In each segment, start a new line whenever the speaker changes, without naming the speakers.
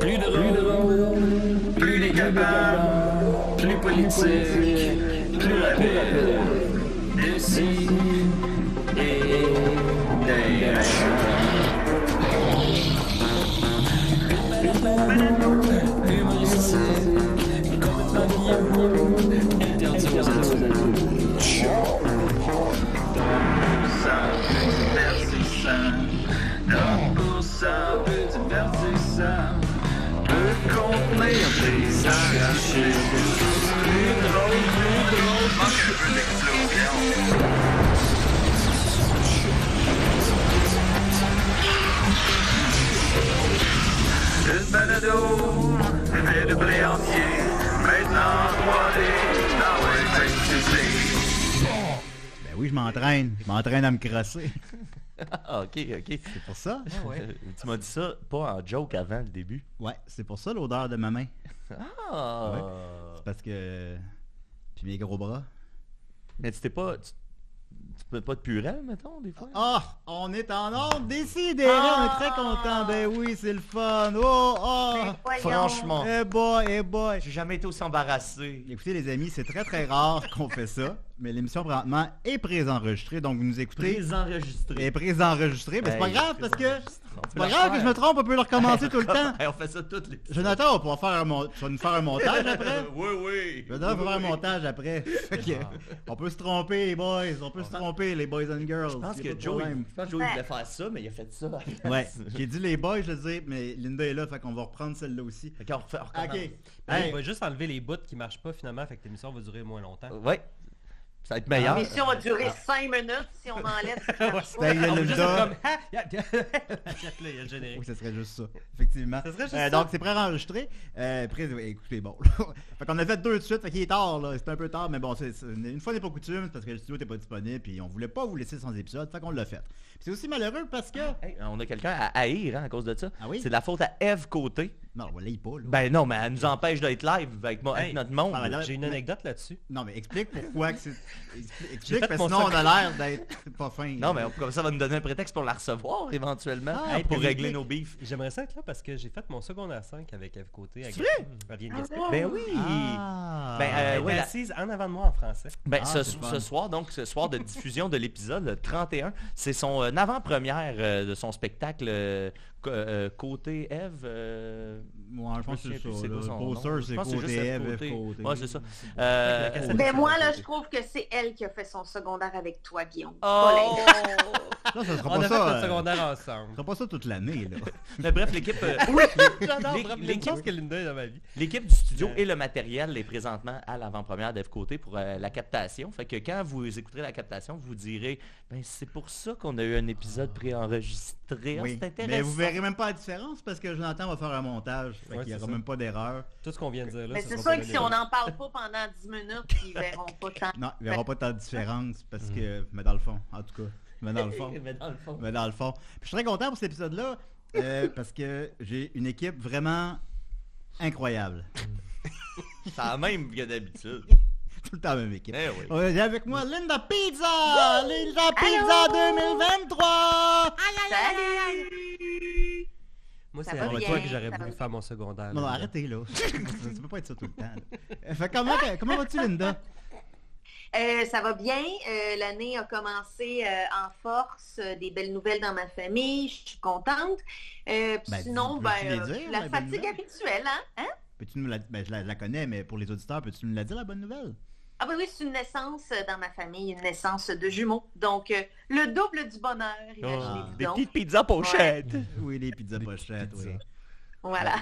Plus drôle, plus décapable, plus politique, plus rapide. D'ici et des Humoristique, complètement vieillot, interdit aux adultes. Ciao! ça peut divertissant. Donc pour ça peut divertissant. Peut contenir des arrachés. Plus drôle, plus drôle. Manque un peu d'explosion. Une balado fait de blé entier. Maintenant 3D dans l'électricité.
Ben oui, je m'entraîne. Je m'entraîne à me crosser.
Ah, ok, ok.
C'est pour ça.
Euh, Tu m'as dit ça pas en joke avant le début.
Ouais, c'est pour ça l'odeur de ma main.
Ah!
C'est parce que... Puis mes gros bras.
Mais tu t'es pas. Tu, tu peux pas de purée, mettons, des fois?
Ah! on est en onde décidé! On est très content. Ben oui, c'est le fun. Oh! Oh!
Franchement.
Eh boy, eh boy!
J'ai jamais été aussi embarrassé.
Écoutez les amis, c'est très très rare qu'on fait ça, mais l'émission présentement est pré-enregistrée, donc vous nous écoutez
enregistrés.
est pré-enregistrée, mais c'est pas
Hey,
grave parce que
pré-enregistrée.
c'est pas grave que je me trompe, on peut le recommencer tout le temps.
on fait ça toutes les.
Jonathan, on pourra faire un mon- tu vas nous faire un montage après.
oui, oui.
Jonathan, on va faire un montage après. Fait que,
Ah.
On peut se tromper les boys, on peut se tromper les boys and girls.
Je pense
y a pas
que
de
Joe,
problème.
il- je pense que Joe, il voulait faire ça, mais il a fait ça.
Ouais, j'ai dit les boys, je le dis, mais Linda est là, fait qu'on va reprendre celle-là aussi. Ah,
Ok, on refait. on recommence.
Ok.
Hey,
Hey,
On va juste enlever les bouts qui marchent pas finalement, fait que l'émission va durer moins longtemps.
Ouais. Ça va être meilleur.
Ah,
Ah,
Mais si on va durer 5 minutes, si on enlève ce qui marche pas.
Hey, il y a
On va juste être
Linda.
comme, Ah, il y a- il y a le générique.
Oui, ce serait juste ça, effectivement.
Ça serait juste
Euh,
ça.
Donc, c'est pré-enregistré. Euh, pré- ouais, écoutez, bon. fait qu'on a fait deux de suite, fait qu'il est tard, là. C'était un peu tard, mais bon, c'est c'est- une fois n'est pas coutume, c'est parce que le studio n'était pas disponible, puis on voulait pas vous laisser sans épisode, fait qu'on l'a fait. Puis c'est aussi malheureux parce que...
Hey, on a quelqu'un à haïr hein, à cause de ça.
Ah oui?
C'est de la faute à Eve Côté.
Non, on l'aille pas, là.
Ben non, mais elle nous empêche d'être live avec, moi, avec
Hey.
notre monde.
Ah, ben là-
J'ai une anecdote là-dessus.
Non, mais explique pourquoi que c'est... Expli-
J'ai
Explique,
fait
parce que
mon
sinon on
sac-
a l'air d'être pas fin.
Non, mais comme ça, ça va nous donner un prétexte pour la recevoir éventuellement,
Ah,
pour
public.
régler nos beefs.
J'aimerais ça être là parce que j'ai fait mon secondaire 5 avec Eve Côté.
C'est vrai?
Elle vient de Gaspé.
Ben oui!
Ah.
Ben, euh,
Elle était
ouais, la-
assise en avant de moi en français.
Ben,
Ah,
ce,
c'est le fun.
ce soir, donc, ce soir de diffusion de l'épisode le 31, c'est son euh, avant-première euh, de son spectacle euh, co- euh, Côté Eve. euh,
Moi, je pense que
je me
c'est
souviens
ça.
plus
là.
quoi son
Le
nom.
poster,
Je
c'est
pense que
côté
juste
Ève,
Côté.
côté.
Ouais, c'est ça. Euh,
La cassette,
Mais
Ben,
moi, là, je trouve que c'est elle qui a fait son secondaire avec toi, Guillaume.
Oh!
Pas
Non, ça sera
On a
pas
fait notre
ça. euh,
secondaire
ça
ensemble.
sera pas ça toute l'année, là.
Mais bref, l'équipe euh,
J'adore
Les-
vraiment
les-
une chance que Linda est dans ma vie.
L'équipe du studio
Ouais.
et le matériel est présentement à l'avant-première d'Eve Côté pour euh, la captation. Fait que quand vous écouterez la captation, vous direz ben c'est pour ça qu'on a eu un épisode préenregistré. Ah,
Oui.
C'est intéressant.
Mais vous verrez même pas la différence parce que Jonathan va faire un montage. Fait
Ouais,
qu'il n'y
c'est
aura
ça.
même pas d'erreur.
Tout ce qu'on vient de dire là.
Mais
ce
c'est
sont
sûr
pas
que
des
si on
erreurs.
n'en parle pas pendant 10 minutes, ils verront pas tant.
Non, il n'y aura pas tant de différence parce
Mm-hmm.
que. Mais dans le fond, en tout cas. Mais dans le fond.
Mais dans le fond.
mais dans le fond. Puis je suis très content pour cet épisode-là euh, parce que j'ai une équipe vraiment incroyable.
Ça a même que d'habitude.
Tout le temps la même équipe.
Eh oui.
Ouais, J'ai avec moi Linda Pizza! Linda Pizza
Allô?
2023!
Salut!
Moi,
Ça
c'est
va
avec
bien,
toi que j'aurais
ça va
voulu
bien.
faire mon secondaire.
Non, non,
Linda.
arrêtez là. ça peut pas être ça tout le temps. là. Euh, Fait, comment comment vas-tu Linda?
Euh, ça va bien. Euh, L'année a commencé euh, en force. Euh, des belles nouvelles dans ma famille. Je suis contente. Euh, puis
Ben,
sinon,
dis-
ben,
peux-tu les
euh,
dire,
la
les belles
fatigue
nouvelles?
habituelle, hein? Hein?
Peux-tu nous la... ben, je la, je la connais, mais pour les auditeurs, peux-tu nous la dire la bonne nouvelle?
Ah ben oui, c'est une naissance euh, dans ma famille, une naissance de jumeaux. Donc, euh, le double du bonheur,
Ah.
imaginez-vous
Oh, Des
donc.
petites pizzas pochettes.
Oui, les pizzas pochettes, oui.
Voilà.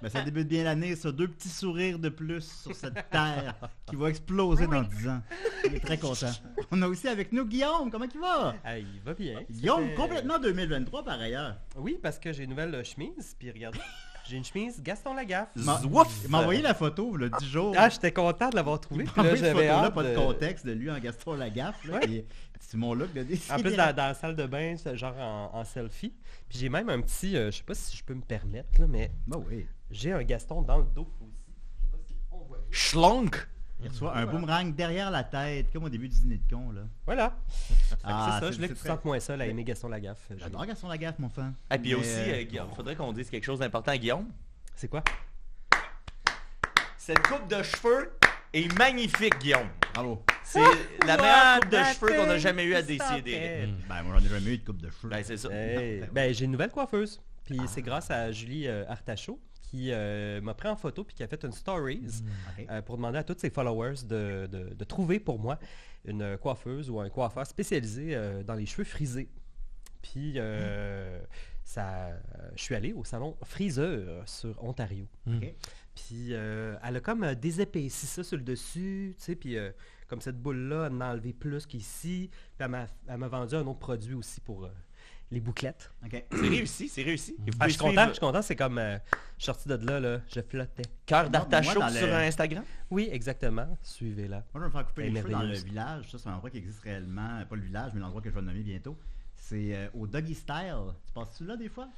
Ben, ça débute bien l'année, ça. Deux petits sourires de plus sur cette terre qui va exploser dans 10 ans. On est très content. On a aussi avec nous Guillaume. Comment il va?
Ah, il va bien. Ça
Guillaume,
fait- euh,
complètement 2023 par ailleurs.
Oui, parce que j'ai une nouvelle euh, chemise, puis regardez, j'ai une chemise Gaston Lagaffe.
Il m'a
Zouaf!
il m'a envoyé la photo le 10 jours.
Ah, j'étais content de l'avoir trouvée.
Il m'a
puis là,
envoyé cette
j'avais
Ah photo-là,
hâte
pas de
de-
contexte de lui en Gaston Lagaffe. là,
Ouais.
qui est- C'est mon look de décider.
En plus, dans, dans la salle de bain, c'est genre en, en selfie. Puis j'ai même un petit, euh, je sais pas si je peux me permettre, là, mais
Ben oui.
j'ai un Gaston dans le dos aussi. Je sais pas si on voit bien.
Schlonk!
Il reçoit un boomerang derrière la tête, comme au début du dîner de con, là.
Voilà.
Ah,
c'est ça,
c'est-
je voulais que
c'est
tu
très-
sentes moins ça, là, aimer Gaston Lagaffe.
J'adore Gaston Lagaffe, mon fan.
Et Ah, puis
Mais,
aussi,
euh,
euh, Guillaume, faudrait qu'on dise quelque chose d'important à Guillaume.
C'est quoi?
Cette coupe de cheveux est magnifique, Guillaume.
Bravo.
C'est Ah! la meilleure coupe de cheveux qu'on a jamais eue à
Mm.
décider.
Ben, moi, j'en ai jamais eu de coupe de cheveux.
Mm. Ben, Ah. c'est ça.
Hey. Ben, j'ai une nouvelle coiffeuse. Puis c'est grâce à Julie euh, Artachot qui euh, m'a pris en photo puis qui a fait une stories
Ok.
euh, pour demander à tous ses followers de, de- de trouver pour moi une coiffeuse ou un coiffeur spécialisé euh, dans les cheveux frisés. Puis euh, ça, euh, je suis allé au salon Friseur sur Ontario.
Ok.
Puis euh, elle a comme euh, désépaissi ça sur le dessus, tu sais, puis euh, comme cette boule-là, elle en a enlevé plus qu'ici. Puis elle m'a- elle m'a vendu un autre produit aussi pour euh, les bouclettes.
Ok.
C'est réussi, c'est réussi. Et vous
Ah,
pouvez
je suis content, je suis
suivre
content, c'est comme... euh, je suis sorti de là, là, je flottais.
Cœur
Moi,
d'Artachot
dans le-
sur Instagram.
Oui, exactement, suivez-la.
Moi, je vais me faire couper les
Elle est
cheveux dans le
merveilleuse.
village. Ça, c'est un endroit qui existe réellement. Euh, Pas le village, mais l'endroit que je vais nommer bientôt. C'est euh, au Doggy Style. Tu passes-tu là des fois?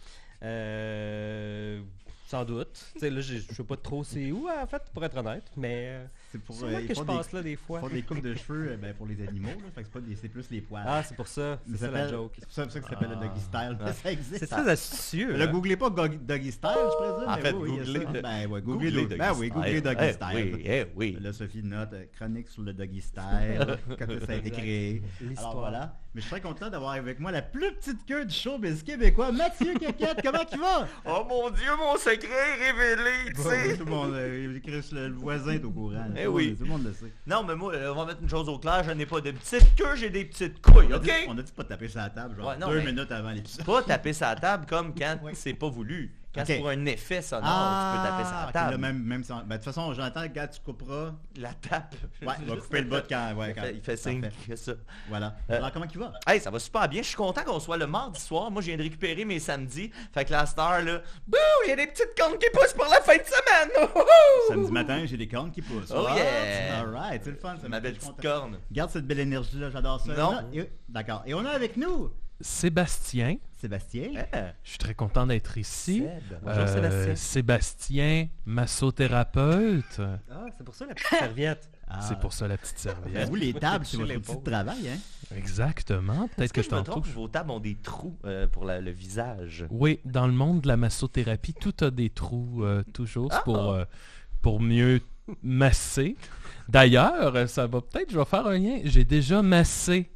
Euh, sans doute. tu sais, là, je ne sais pas trop c'est où, en fait, pour être honnête, mais euh,
C'est pour
c'est moi
ils
que je
font des-
passe là des
ils
fois.
font des coupes de cheveux euh, ben, pour les animaux. là. Fait que c'est pas des- c'est plus les poils.
Ah, c'est pour ça,
Ça
c'est ça la
s'appelle-
joke.
C'est pour ça que ça s'appelle le Doggy Style.
Ah.
Ça existe.
C'est très astucieux.
Le
hein.
googlez pas Gog- Doggy Style, je présume.
En
mais
fait,
oui, oui, il y a
googlez
ça.
le-
Ben ouais, googlez, ben oui, googlez Doggy
Eh,
Style.
Oui, eh oui.
Là, Sophie note euh, chronique sur le Doggy Style, quand ça a été créé.
L'histoire.
Alors voilà. Mais je suis très content d'avoir avec moi la plus petite queue du showbiz québécois, Mathieu Caquette. Comment tu vas?
Oh mon Dieu, mon secret est révélé, tu
Bon,
sais.
oui, tout le monde, euh, Chris, le, le voisin est au courant.
Eh
Tout le monde-
oui.
Tout le monde le sait.
Non, mais moi, euh, on va mettre une chose au clair, je n'ai pas de petites queues, j'ai des petites couilles,
On a dit-
OK?
On a dit de pas taper sur la table, genre
Ouais, non,
deux
mais-
minutes avant l'épisode.
Pas taper sa table comme quand
Oui.
c'est pas voulu. Quand
OK.
c'est pour un effet sonore, tu peux taper sa
Ah, ok,
table.
là, même, même si on- ben, de toute façon, j'entends, gars, tu couperas.
La tape.
Ouais, on va couper le bas de quand. Ouais,
Il
quand-
fait, il fait signe
Parfait.
que ça.
Voilà.
Euh,
Alors, comment tu vas?
Hey, ça va super bien. Je suis content qu'on soit le mardi soir. Moi, je viens de récupérer mes samedis. Fait que la star, là, bouh, il y a des petites cornes qui poussent pour la fin de semaine. Oh, oh!
Samedi matin, j'ai des cornes qui poussent.
Oh yeah!
Alright, c'est le fun. Ça
Ma
me
belle
fait
petite
content.
corne.
Garde cette belle énergie-là, j'adore ça.
Non.
Là, et- D'accord. Et on a avec nous
Sébastien.
Sébastien.
Hein?
Je suis très content d'être ici. Euh,
Seb.
Euh,
Bonjour, Sébastien.
Sébastien, massothérapeute.
Ah, c'est pour ça la petite serviette.
Ah.
C'est pour ça la petite serviette.
Vous, les tables, c'est
Toucher
votre outil
l'épaule.
de travail, hein?
Exactement. Peut-être que,
Est-ce
je
me
t'en
trompe,
touche.
vos tables ont des trous euh, pour la- le visage.
Oui, dans le monde de la massothérapie, tout a des trous euh, toujours c'est pour, euh, pour mieux masser. D'ailleurs, euh, ça va peut-être, je vais faire un lien. J'ai déjà massé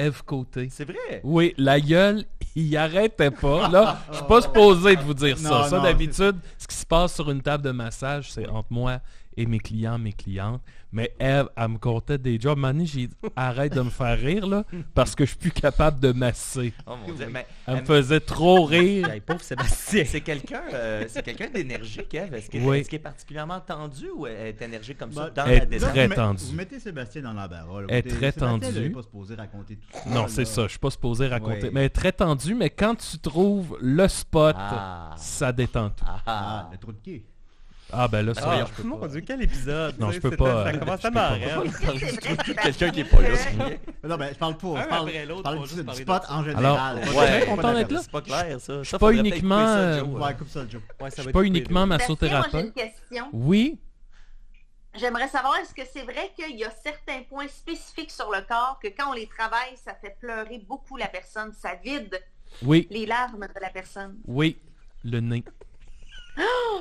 Eve Côté.
C'est vrai?
Oui, la gueule, il arrêtait pas. Là, je suis pas supposé de vous dire ça.
Non,
ça,
non,
d'habitude, ce qui se passe sur une table de massage, c'est entre moi et mes clients, mes clientes. Mais Eve, elle me comptait des jobs. Mané, j'ai dit, arrête de me faire rire, là, parce que je suis plus capable de masser.
Oh mon dieu, mais
Elle me
mais
faisait trop rire.
Hey, pauvre Sébastien.
c'est quelqu'un euh, c'est quelqu'un d'énergique, hein? Est-ce qu'il
Oui.
est, particulièrement tendu ou elle est énergique comme ça
Ben,
dans
elle
la
est
descente?
très
Vous met-
tendue.
Vous mettez Sébastien dans l'embarras. là. Vous
Elle est
mettez-
très
Sébastien,
tendue.
elle devait pas supposé raconter tout ça.
Non,
là.
c'est ça. Je suis pas supposé raconter.
Oui.
Mais elle est très tendue, mais quand tu trouves le spot,
Ah.
ça détend tout.
Ah,
Ah,
ah.
le trou de quai.
Ah ben là, ça,
Ah,
je peux
mon
pas.
dieu, quel épisode.
Non,
tu
je
sais,
peux
c'est-
pas,
Ça
euh,
commence à
je peux pas.
marrer.
quelqu'un qui est pas là.
Non, ben, je parle pas.
Un
Je parle,
après l'autre,
je parle
on va
du-
juste
du
parler de
spot
ça.
en général. Pas
Alors, je suis
de-
très
pas
content
de-
d'être là.
C'est pas clair, ça.
suis
Ça,
pas
faudrait peut-être
uniquement,
couper ça,
euh,
Joe.
Ouais, coupe ça, Joe.
Ouais, ça
Je
va
suis
être
pas
coupé,
uniquement
là.
Sébastien, moi, j'ai une
massothérapeute.
question.
Oui,
J'aimerais savoir, est-ce que c'est vrai qu'il y a certains points spécifiques sur le corps que quand on les travaille, ça fait pleurer beaucoup la personne, ça vide
oui.
les larmes de la personne.
Oui, le nez.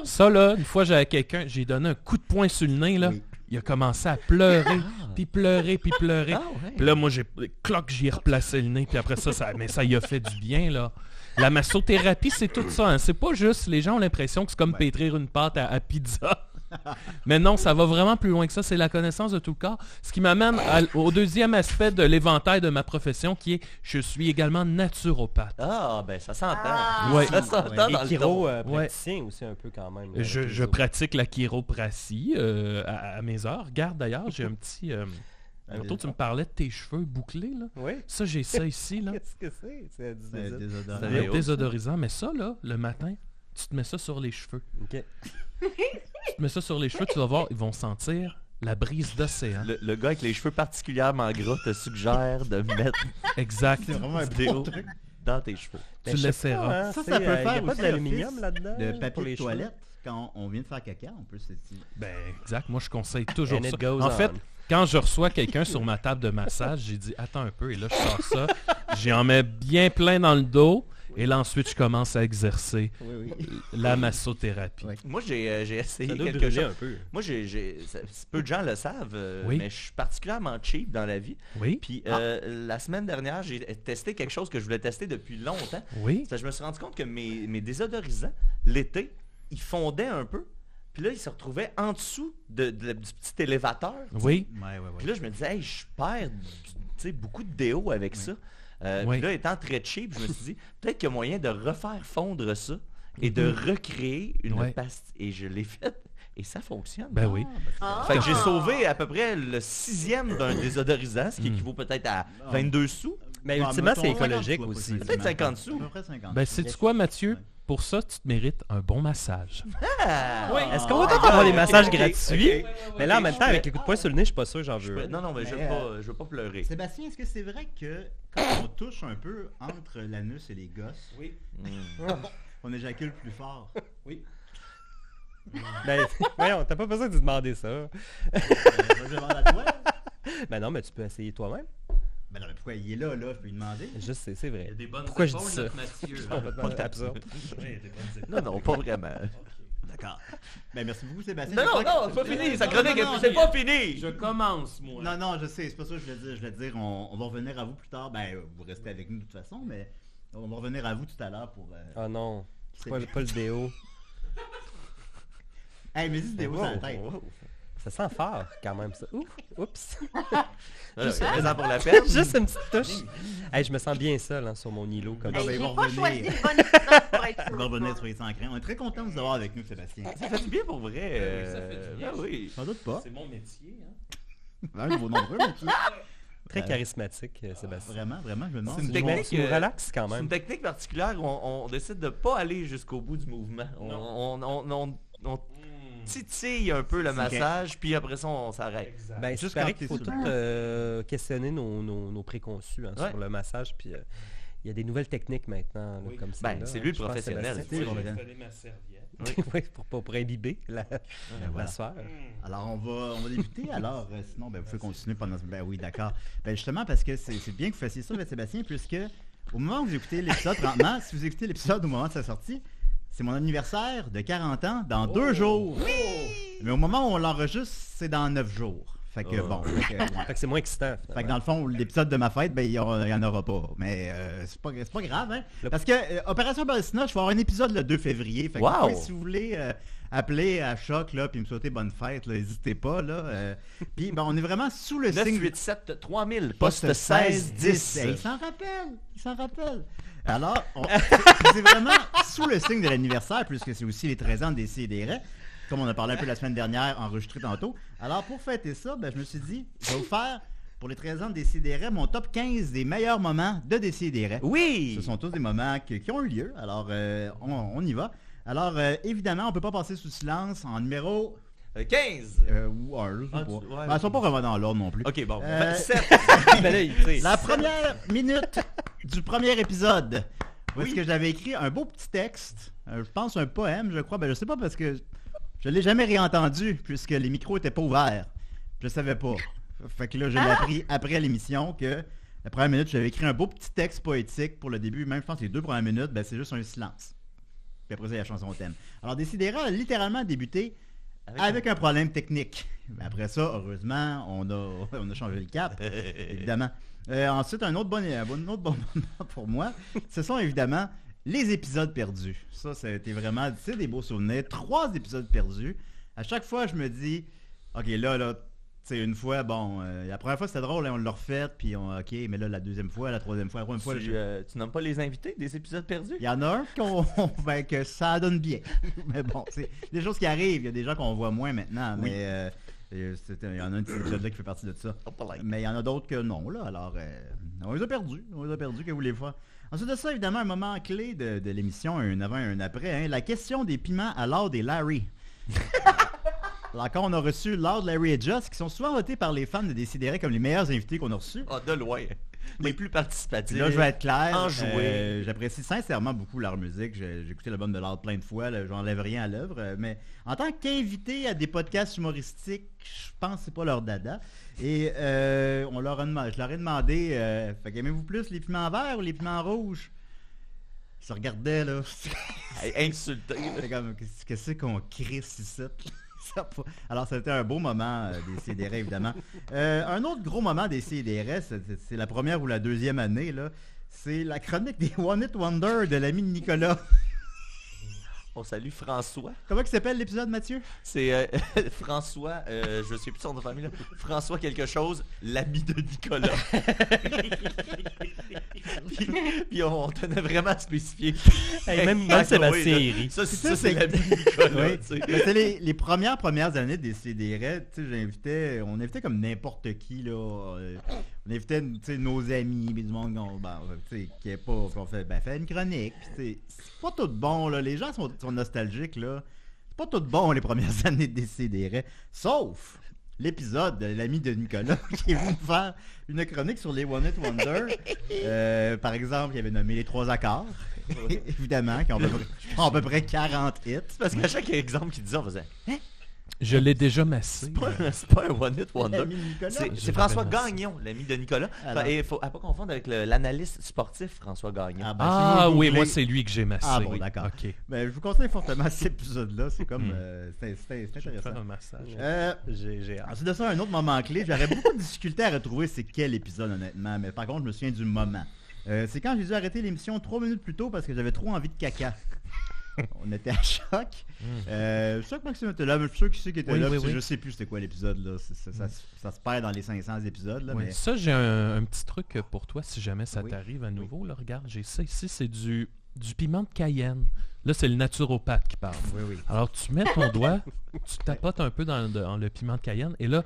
Ça, là, une fois, j'avais quelqu'un, j'ai donné un coup de poing sur le nez, là.
Oui.
Il a commencé à pleurer, puis pleurer, puis pleurer.
Ah.
Ah,
Puis là, moi, j'ai, cloc, j'y ai replacé le nez, puis après ça, ça, mais ça y a fait du bien, là. La massothérapie, c'est tout ça. hein. C'est pas juste, les gens ont l'impression que c'est comme pétrir une pâte à, à pizza. Mais non, ça va vraiment plus loin que ça. C'est la connaissance de tout le corps. Ce qui m'amène à- au deuxième aspect de l'éventail de ma profession, qui est, je suis également naturopathe.
Ah, ben ça s'entend.
Ah.
Ouais.
Ça s'entend
Ouais.
dans
Et
le ton.
Kiro, euh,
Ouais.
praticien aussi un peu quand même. euh, là,
Euh, Je,
avec les
je
autres.
pratique la chiropratie euh, à, à mes heures. Regarde d'ailleurs, j'ai un petit... euh, tantôt, tu me parlais de tes cheveux bouclés, là.
Oui.
Ça, j'ai ça ici, là.
Qu'est-ce que c'est? C'est du
C'est
désordre.
désodorant.
C'est
Un
Léo, ça.
désodorisant. Mais ça, là, le matin, tu te mets ça sur les cheveux.
Ok.
Tu te mets ça sur les cheveux, tu vas voir, ils vont sentir la brise d'océan.
Le, le gars avec les cheveux particulièrement gras te suggère de mettre
Exact.
Ben,
C'est vraiment un
du déo
bon truc.
dans tes cheveux.
Tu
hein.
l'essaieras.
Ça, ça peut faire
Il n'y euh, a pas
aussi
d'aluminium
office
là-dedans.
Le
pour
papier
les
de
cheveux.
toilette, quand on vient de faire caca, on peut se...
Ben, exact. Moi, je conseille toujours
And it
ça.
goes
En
on.
fait, quand je reçois quelqu'un sur ma table de massage, j'ai dit, attends un peu, et là, je sors ça. J'en mets bien plein dans le dos. Et là, ensuite, je commence à exercer
Oui, oui.
la massothérapie.
Ouais.
Moi, j'ai euh, j'ai essayé
Ça doit
quelque
brûler
chose.
un peu.
Moi, j'ai, j'ai- ça- peu de gens le savent, euh,
Oui.
mais je suis particulièrement cheap dans la vie.
Oui,
Puis
Ah.
euh, la semaine dernière, j'ai testé quelque chose que je voulais tester depuis longtemps.
oui.
C'est que je me suis rendu compte que mes, mes désodorisants, l'été, ils fondaient un peu. Puis là, ils se retrouvaient en dessous de, de- du petit élévateur.
Oui,
Ouais, ouais, ouais.
Puis là, je me disais, hey, je perds du- tu sais, beaucoup de déo avec ça. Euh,
Oui.
Puis là, étant très cheap, je me suis dit, peut-être qu'il y a moyen de refaire fondre ça et de
Mhm.
recréer une
Ouais.
pastille. Et je l'ai faite et ça fonctionne.
ben oui.
Ah!
Fait que j'ai sauvé à peu près le sixième d'un désodorisant,
Mhm.
ce qui équivaut peut-être à 22 sous.
Mais
Ah,
ultimement,
mettons,
c'est
50,
écologique
quoi,
aussi.
précisément.
Peut-être 50 sous.
À peu près 50
Ben,
sous.
sais-tu quoi, Mathieu? Pour ça, tu te mérites un bon massage.
oui,
Est-ce qu'on va peut-être avoir des massages gratuits? Mais là, en même temps,
Je
avec les coups de poing sur le nez, je suis pas sûr que j'en veux. un.
Non, non, mais je veux
Mais,
pas,
euh,
je veux pas pleurer.
Sébastien, est-ce que c'est vrai que quand on touche un peu entre l'anus et les gosses, on éjacule plus fort?
Ben, voyons, t'as pas besoin de te demander ça.
Euh, je vais demander à toi.
Ben non, mais tu peux essayer toi-même.
Ben non, mais pourquoi il est là, là, je peux lui demander.
Je sais, c'est vrai.
des bonnes
Pourquoi je dis épaules,
Mathieu? hein.
Complètement absurde.
Non, non, pas vraiment.
D'accord. Ben merci beaucoup, Sébastien.
Non,
Je
non,
crois
non,
que-
c'est pas fini, sa
Non,
chronique,
non, non,
c'est pas fini.
Je commence, moi.
Non, non, je sais, c'est pas ça que je voulais dire. Je voulais dire, on, on va revenir à vous plus tard. Ben, euh, vous restez avec nous de toute façon, mais on va revenir à vous tout à l'heure pour... euh,
Oh non,
C'est-
pas, pas le déo.
Hey, mais dis des mots sur la tête.
Ça sent fort quand même ça. Ouh, oups.
Voilà, C'est présent pour la peine.
Juste une petite touche. Hey, je me sens bien seul hein, sur mon îlot comme
Non,
Hey,
ben, ils
j'ai
vont
pas
revenir.
choisi le bon exemple pour être
On va
sur le
revenir
front.
sur les sans crainte. On est très content de vous avoir avec nous, Sébastien.
Ça fait du bien pour vrai.
Ben oui, ça fait du
euh,
bien.
ben oui.
Sans doute pas.
mon métier. Hein?
Un de vos nombreux, mais qui-
très charismatique, euh, Sébastien.
Vraiment, vraiment, je me demande.
C'est une
Tu
si-
nous-
technique,
tu nous
euh,
relaxes quand
C'est une
même.
technique particulière où on, on décide de pas aller jusqu'au bout du mouvement. On, on, on, on- on titille un peu le massage, puis après ça, on s'arrête.
Ben,
Juste
juste
quand
paraît
t'es
qu'il faut
sur
tout
le
euh, questionner nos, nos- nos préconçus hein,
Ouais.
sur le massage. Puis euh, il y a des nouvelles techniques maintenant, là,
Oui.
comme celle-là,
Ben, c'est
hein,
lui le
je pense,
professionnel.
Sébastien.
C'est- on va dire.
ma serviette.
oui, pour, pour, pour imbiber la,
Ben,
la
voilà.
sphère.
Alors, on va, on va débuter. Alors, euh, sinon, ben, vous pouvez continuer pendant ce... Ben oui, d'accord. Ben justement, parce que c'est c'est bien que vous fassiez ça, ben, Sébastien, puisque au moment où vous écoutez l'épisode, maintenant, si vous écoutez l'épisode au moment de sa sortie, c'est mon anniversaire de 40 ans dans deux jours. Mais au moment où on l'enregistre, c'est dans neuf jours. Fait que
Oh.
bon. fait que, ouais.
Fait que c'est moins excitant.
Fait que
finalement.
dans le fond, l'épisode de ma fête, ben, il n'y en aura pas. Mais euh, c'est pas, c'est pas grave, hein? Parce que euh, Opération Balsina, je vais avoir un épisode le 2 février. Fait que
Wow!
vous pouvez, si vous voulez euh, appeler à Choc, là, puis me souhaiter bonne fête, là, n'hésitez pas, là. euh. puis, ben, on est vraiment sous le signe...
987 3000, poste 16 10.
Ben,
Hey, il s'en rappelle, il s'en rappelle. Alors, on- c'est c'est vraiment sous le signe de l'anniversaire, puisque c'est aussi les 13 ans des CDR, comme on a parlé un peu la semaine dernière, enregistré tantôt. Alors, pour fêter ça, ben, je me suis dit, je vais vous faire, pour les 13 ans des CDR, mon top 15 des meilleurs moments de DCDR.
Oui!
Ce sont tous des moments que- qui ont eu lieu, alors euh, on, on y va. Alors, euh, évidemment, on peut pas passer sous silence en numéro...
Euh, 15!
Euh, ou un, je sais
Ah,
pas.
tu- ouais,
Ben, elles sont pas vraiment dans l'ordre non plus.
Ok, bon.
Euh,
7.
Ben là, il- tu sais,
La première minute du premier épisode. Où est-ce que j'avais écrit un beau petit texte, euh, je pense un poème, je crois, ben je sais pas parce que je l'ai jamais réentendu puisque les micros étaient pas ouverts. Je savais pas. Fait que là, je l'ai appris après l'émission que la première minute, j'avais écrit un beau petit texte poétique pour le début, même je pense les deux premières minutes, ben c'est juste un silence. Puis après ça, il y a la chanson au thème. Alors, Décidera a littéralement débuté avec, un problème technique. Mais après ça, heureusement, on a, on a changé le cap, évidemment. Euh, ensuite, un autre, bon, un bon- un autre bon moment pour moi, ce sont évidemment les épisodes perdus. Ça, ça a été vraiment, tu sais, des beaux souvenirs. Trois épisodes perdus. À chaque fois, je me dis, OK, là, là, tu sais, une fois, bon, euh, la première fois, c'était drôle, hein, on l'a refait, puis on, OK, mais là, la deuxième fois, la troisième fois, la troisième fois,
Tu,
je-
euh, tu nommes pas les invités des épisodes perdus?
il y en a un qu'on ben, que ça donne bien. Mais bon, c'est des choses qui arrivent. Il y a des gens qu'on voit moins maintenant. Mais euh, euh, c'est- il y en a un petit épisode-là qui fait partie de ça. Mais il y en a d'autres que non, là. Alors, euh, on les a perdus. On les a perdus, que voulez-vous faire? Ensuite de ça, évidemment, un moment clé de, de l'émission, un avant et un après, hein, la question des piments à l'art des Larry. Alors, quand on a reçu Lord Larry et Just, qui sont souvent votés par les fans de décider comme les meilleurs invités qu'on a reçus.
Ah, de loin. Les plus participatifs.
Puis là, je vais être clair.
Enjoué.
euh, J'apprécie sincèrement beaucoup leur musique. J'ai j'ai écouté l'album de l'art plein de fois. là, J'enlève rien à l'œuvre. euh, Mais en tant qu'invité à des podcasts humoristiques, je pense que c'est pas leur dada. Et euh, on leur a demandé, je leur ai demandé, euh, fait qu'aimez-vous plus les piments verts ou les piments rouges? Ils se regardaient, là.
Insulté. là.
C'était comme, qu'est-ce qu'est-ce qu'on crisse ici? Ça a pas- Alors, c'était un beau moment euh, des CDR, évidemment. Euh, un autre gros moment des CDR, c'est c'est la première ou la deuxième année, là. C'est la chronique des One It Wonder de l'ami de Nicolas.
On salue François.
Comment il s'appelle l'épisode, Mathieu?
C'est euh, François, euh, je sais plus son nom de famille, là. François quelque chose, l'ami de Nicolas. puis, puis on, tenait vraiment à spécifier.
Hey, même- même
Ah,
Sébastien
oui, là.
Herry.
Ça, c'est-
Ça,
ça,
c'est-
c'est l'ami de Nicolas.
Oui.
tu sais.
Mais c'est les, les premières premières années des CDR, tu sais, j'invitais, on invitait comme n'importe qui là, euh, on invitait tu sais, nos amis, mais du monde qu'on- ben, tu sais, qui est pas, puis on fait, ben fait une chronique, puis tu sais, c'est pas tout bon là, les gens sont, sont nostalgiques là, c'est pas tout bon les premières années des CDR, sauf l'épisode de l'ami de Nicolas qui est venu me faire une chronique sur les One It Wonder. Euh, par exemple, il avait nommé les trois accords, évidemment, qui ont à peu près, ont à peu près 40 hits.
Parce qu'à chaque exemple qu'il disait, on faisait
Je l'ai déjà massé.
C'est pas, un- c'est pas un One Hit Wonder.
L'ami de Nicolas.
C'est
Je
c'est François
l'avais lancé.
Gagnon, l'ami de Nicolas.
Ah,
Alors.
Et faut à pas confondre avec le- l'analyste sportif François Gagnon.
Ah, ben, si
Ah
vous
oui,
googlez-
moi c'est lui que j'ai massé.
Ah bon,
oui.
d'accord.
Ok.
Ben, je vous conseille fortement cet épisode-là. C'est comme...
Hmm.
euh, c'est- c'est c'est
Je vais faire un
intéressant.
massage.
Euh,
J'ai j'ai hâte.
ensuite de ça, un autre moment clé. J'aurais beaucoup de difficulté à retrouver c'est quel épisode, honnêtement. Mais par contre, je me souviens du moment. Euh, c'est quand j'ai dû arrêter l'émission trois minutes plus tôt parce que j'avais trop envie de caca. On était à choc. Euh, je suis sûr que Maxime était là, mais je suis sûr qu'il sait qu'il était
Hmm. Oui,
là.
oui,
parce que
oui. Hmm.
Je sais plus c'était quoi l'épisode. là. C'est- Ça, ça, se- ça se perd dans les 500 épisodes. Là,
Ouais.
mais...
Ça, j'ai un, un petit truc pour toi si jamais ça
Oui.
t'arrive à nouveau. Là, regarde, j'ai ça ici, c'est du, du piment de Cayenne. Là, c'est le naturopathe qui parle.
Oui, oui.
Alors, tu mets ton doigt, tu tapotes un peu dans, le- dans le piment de Cayenne et là,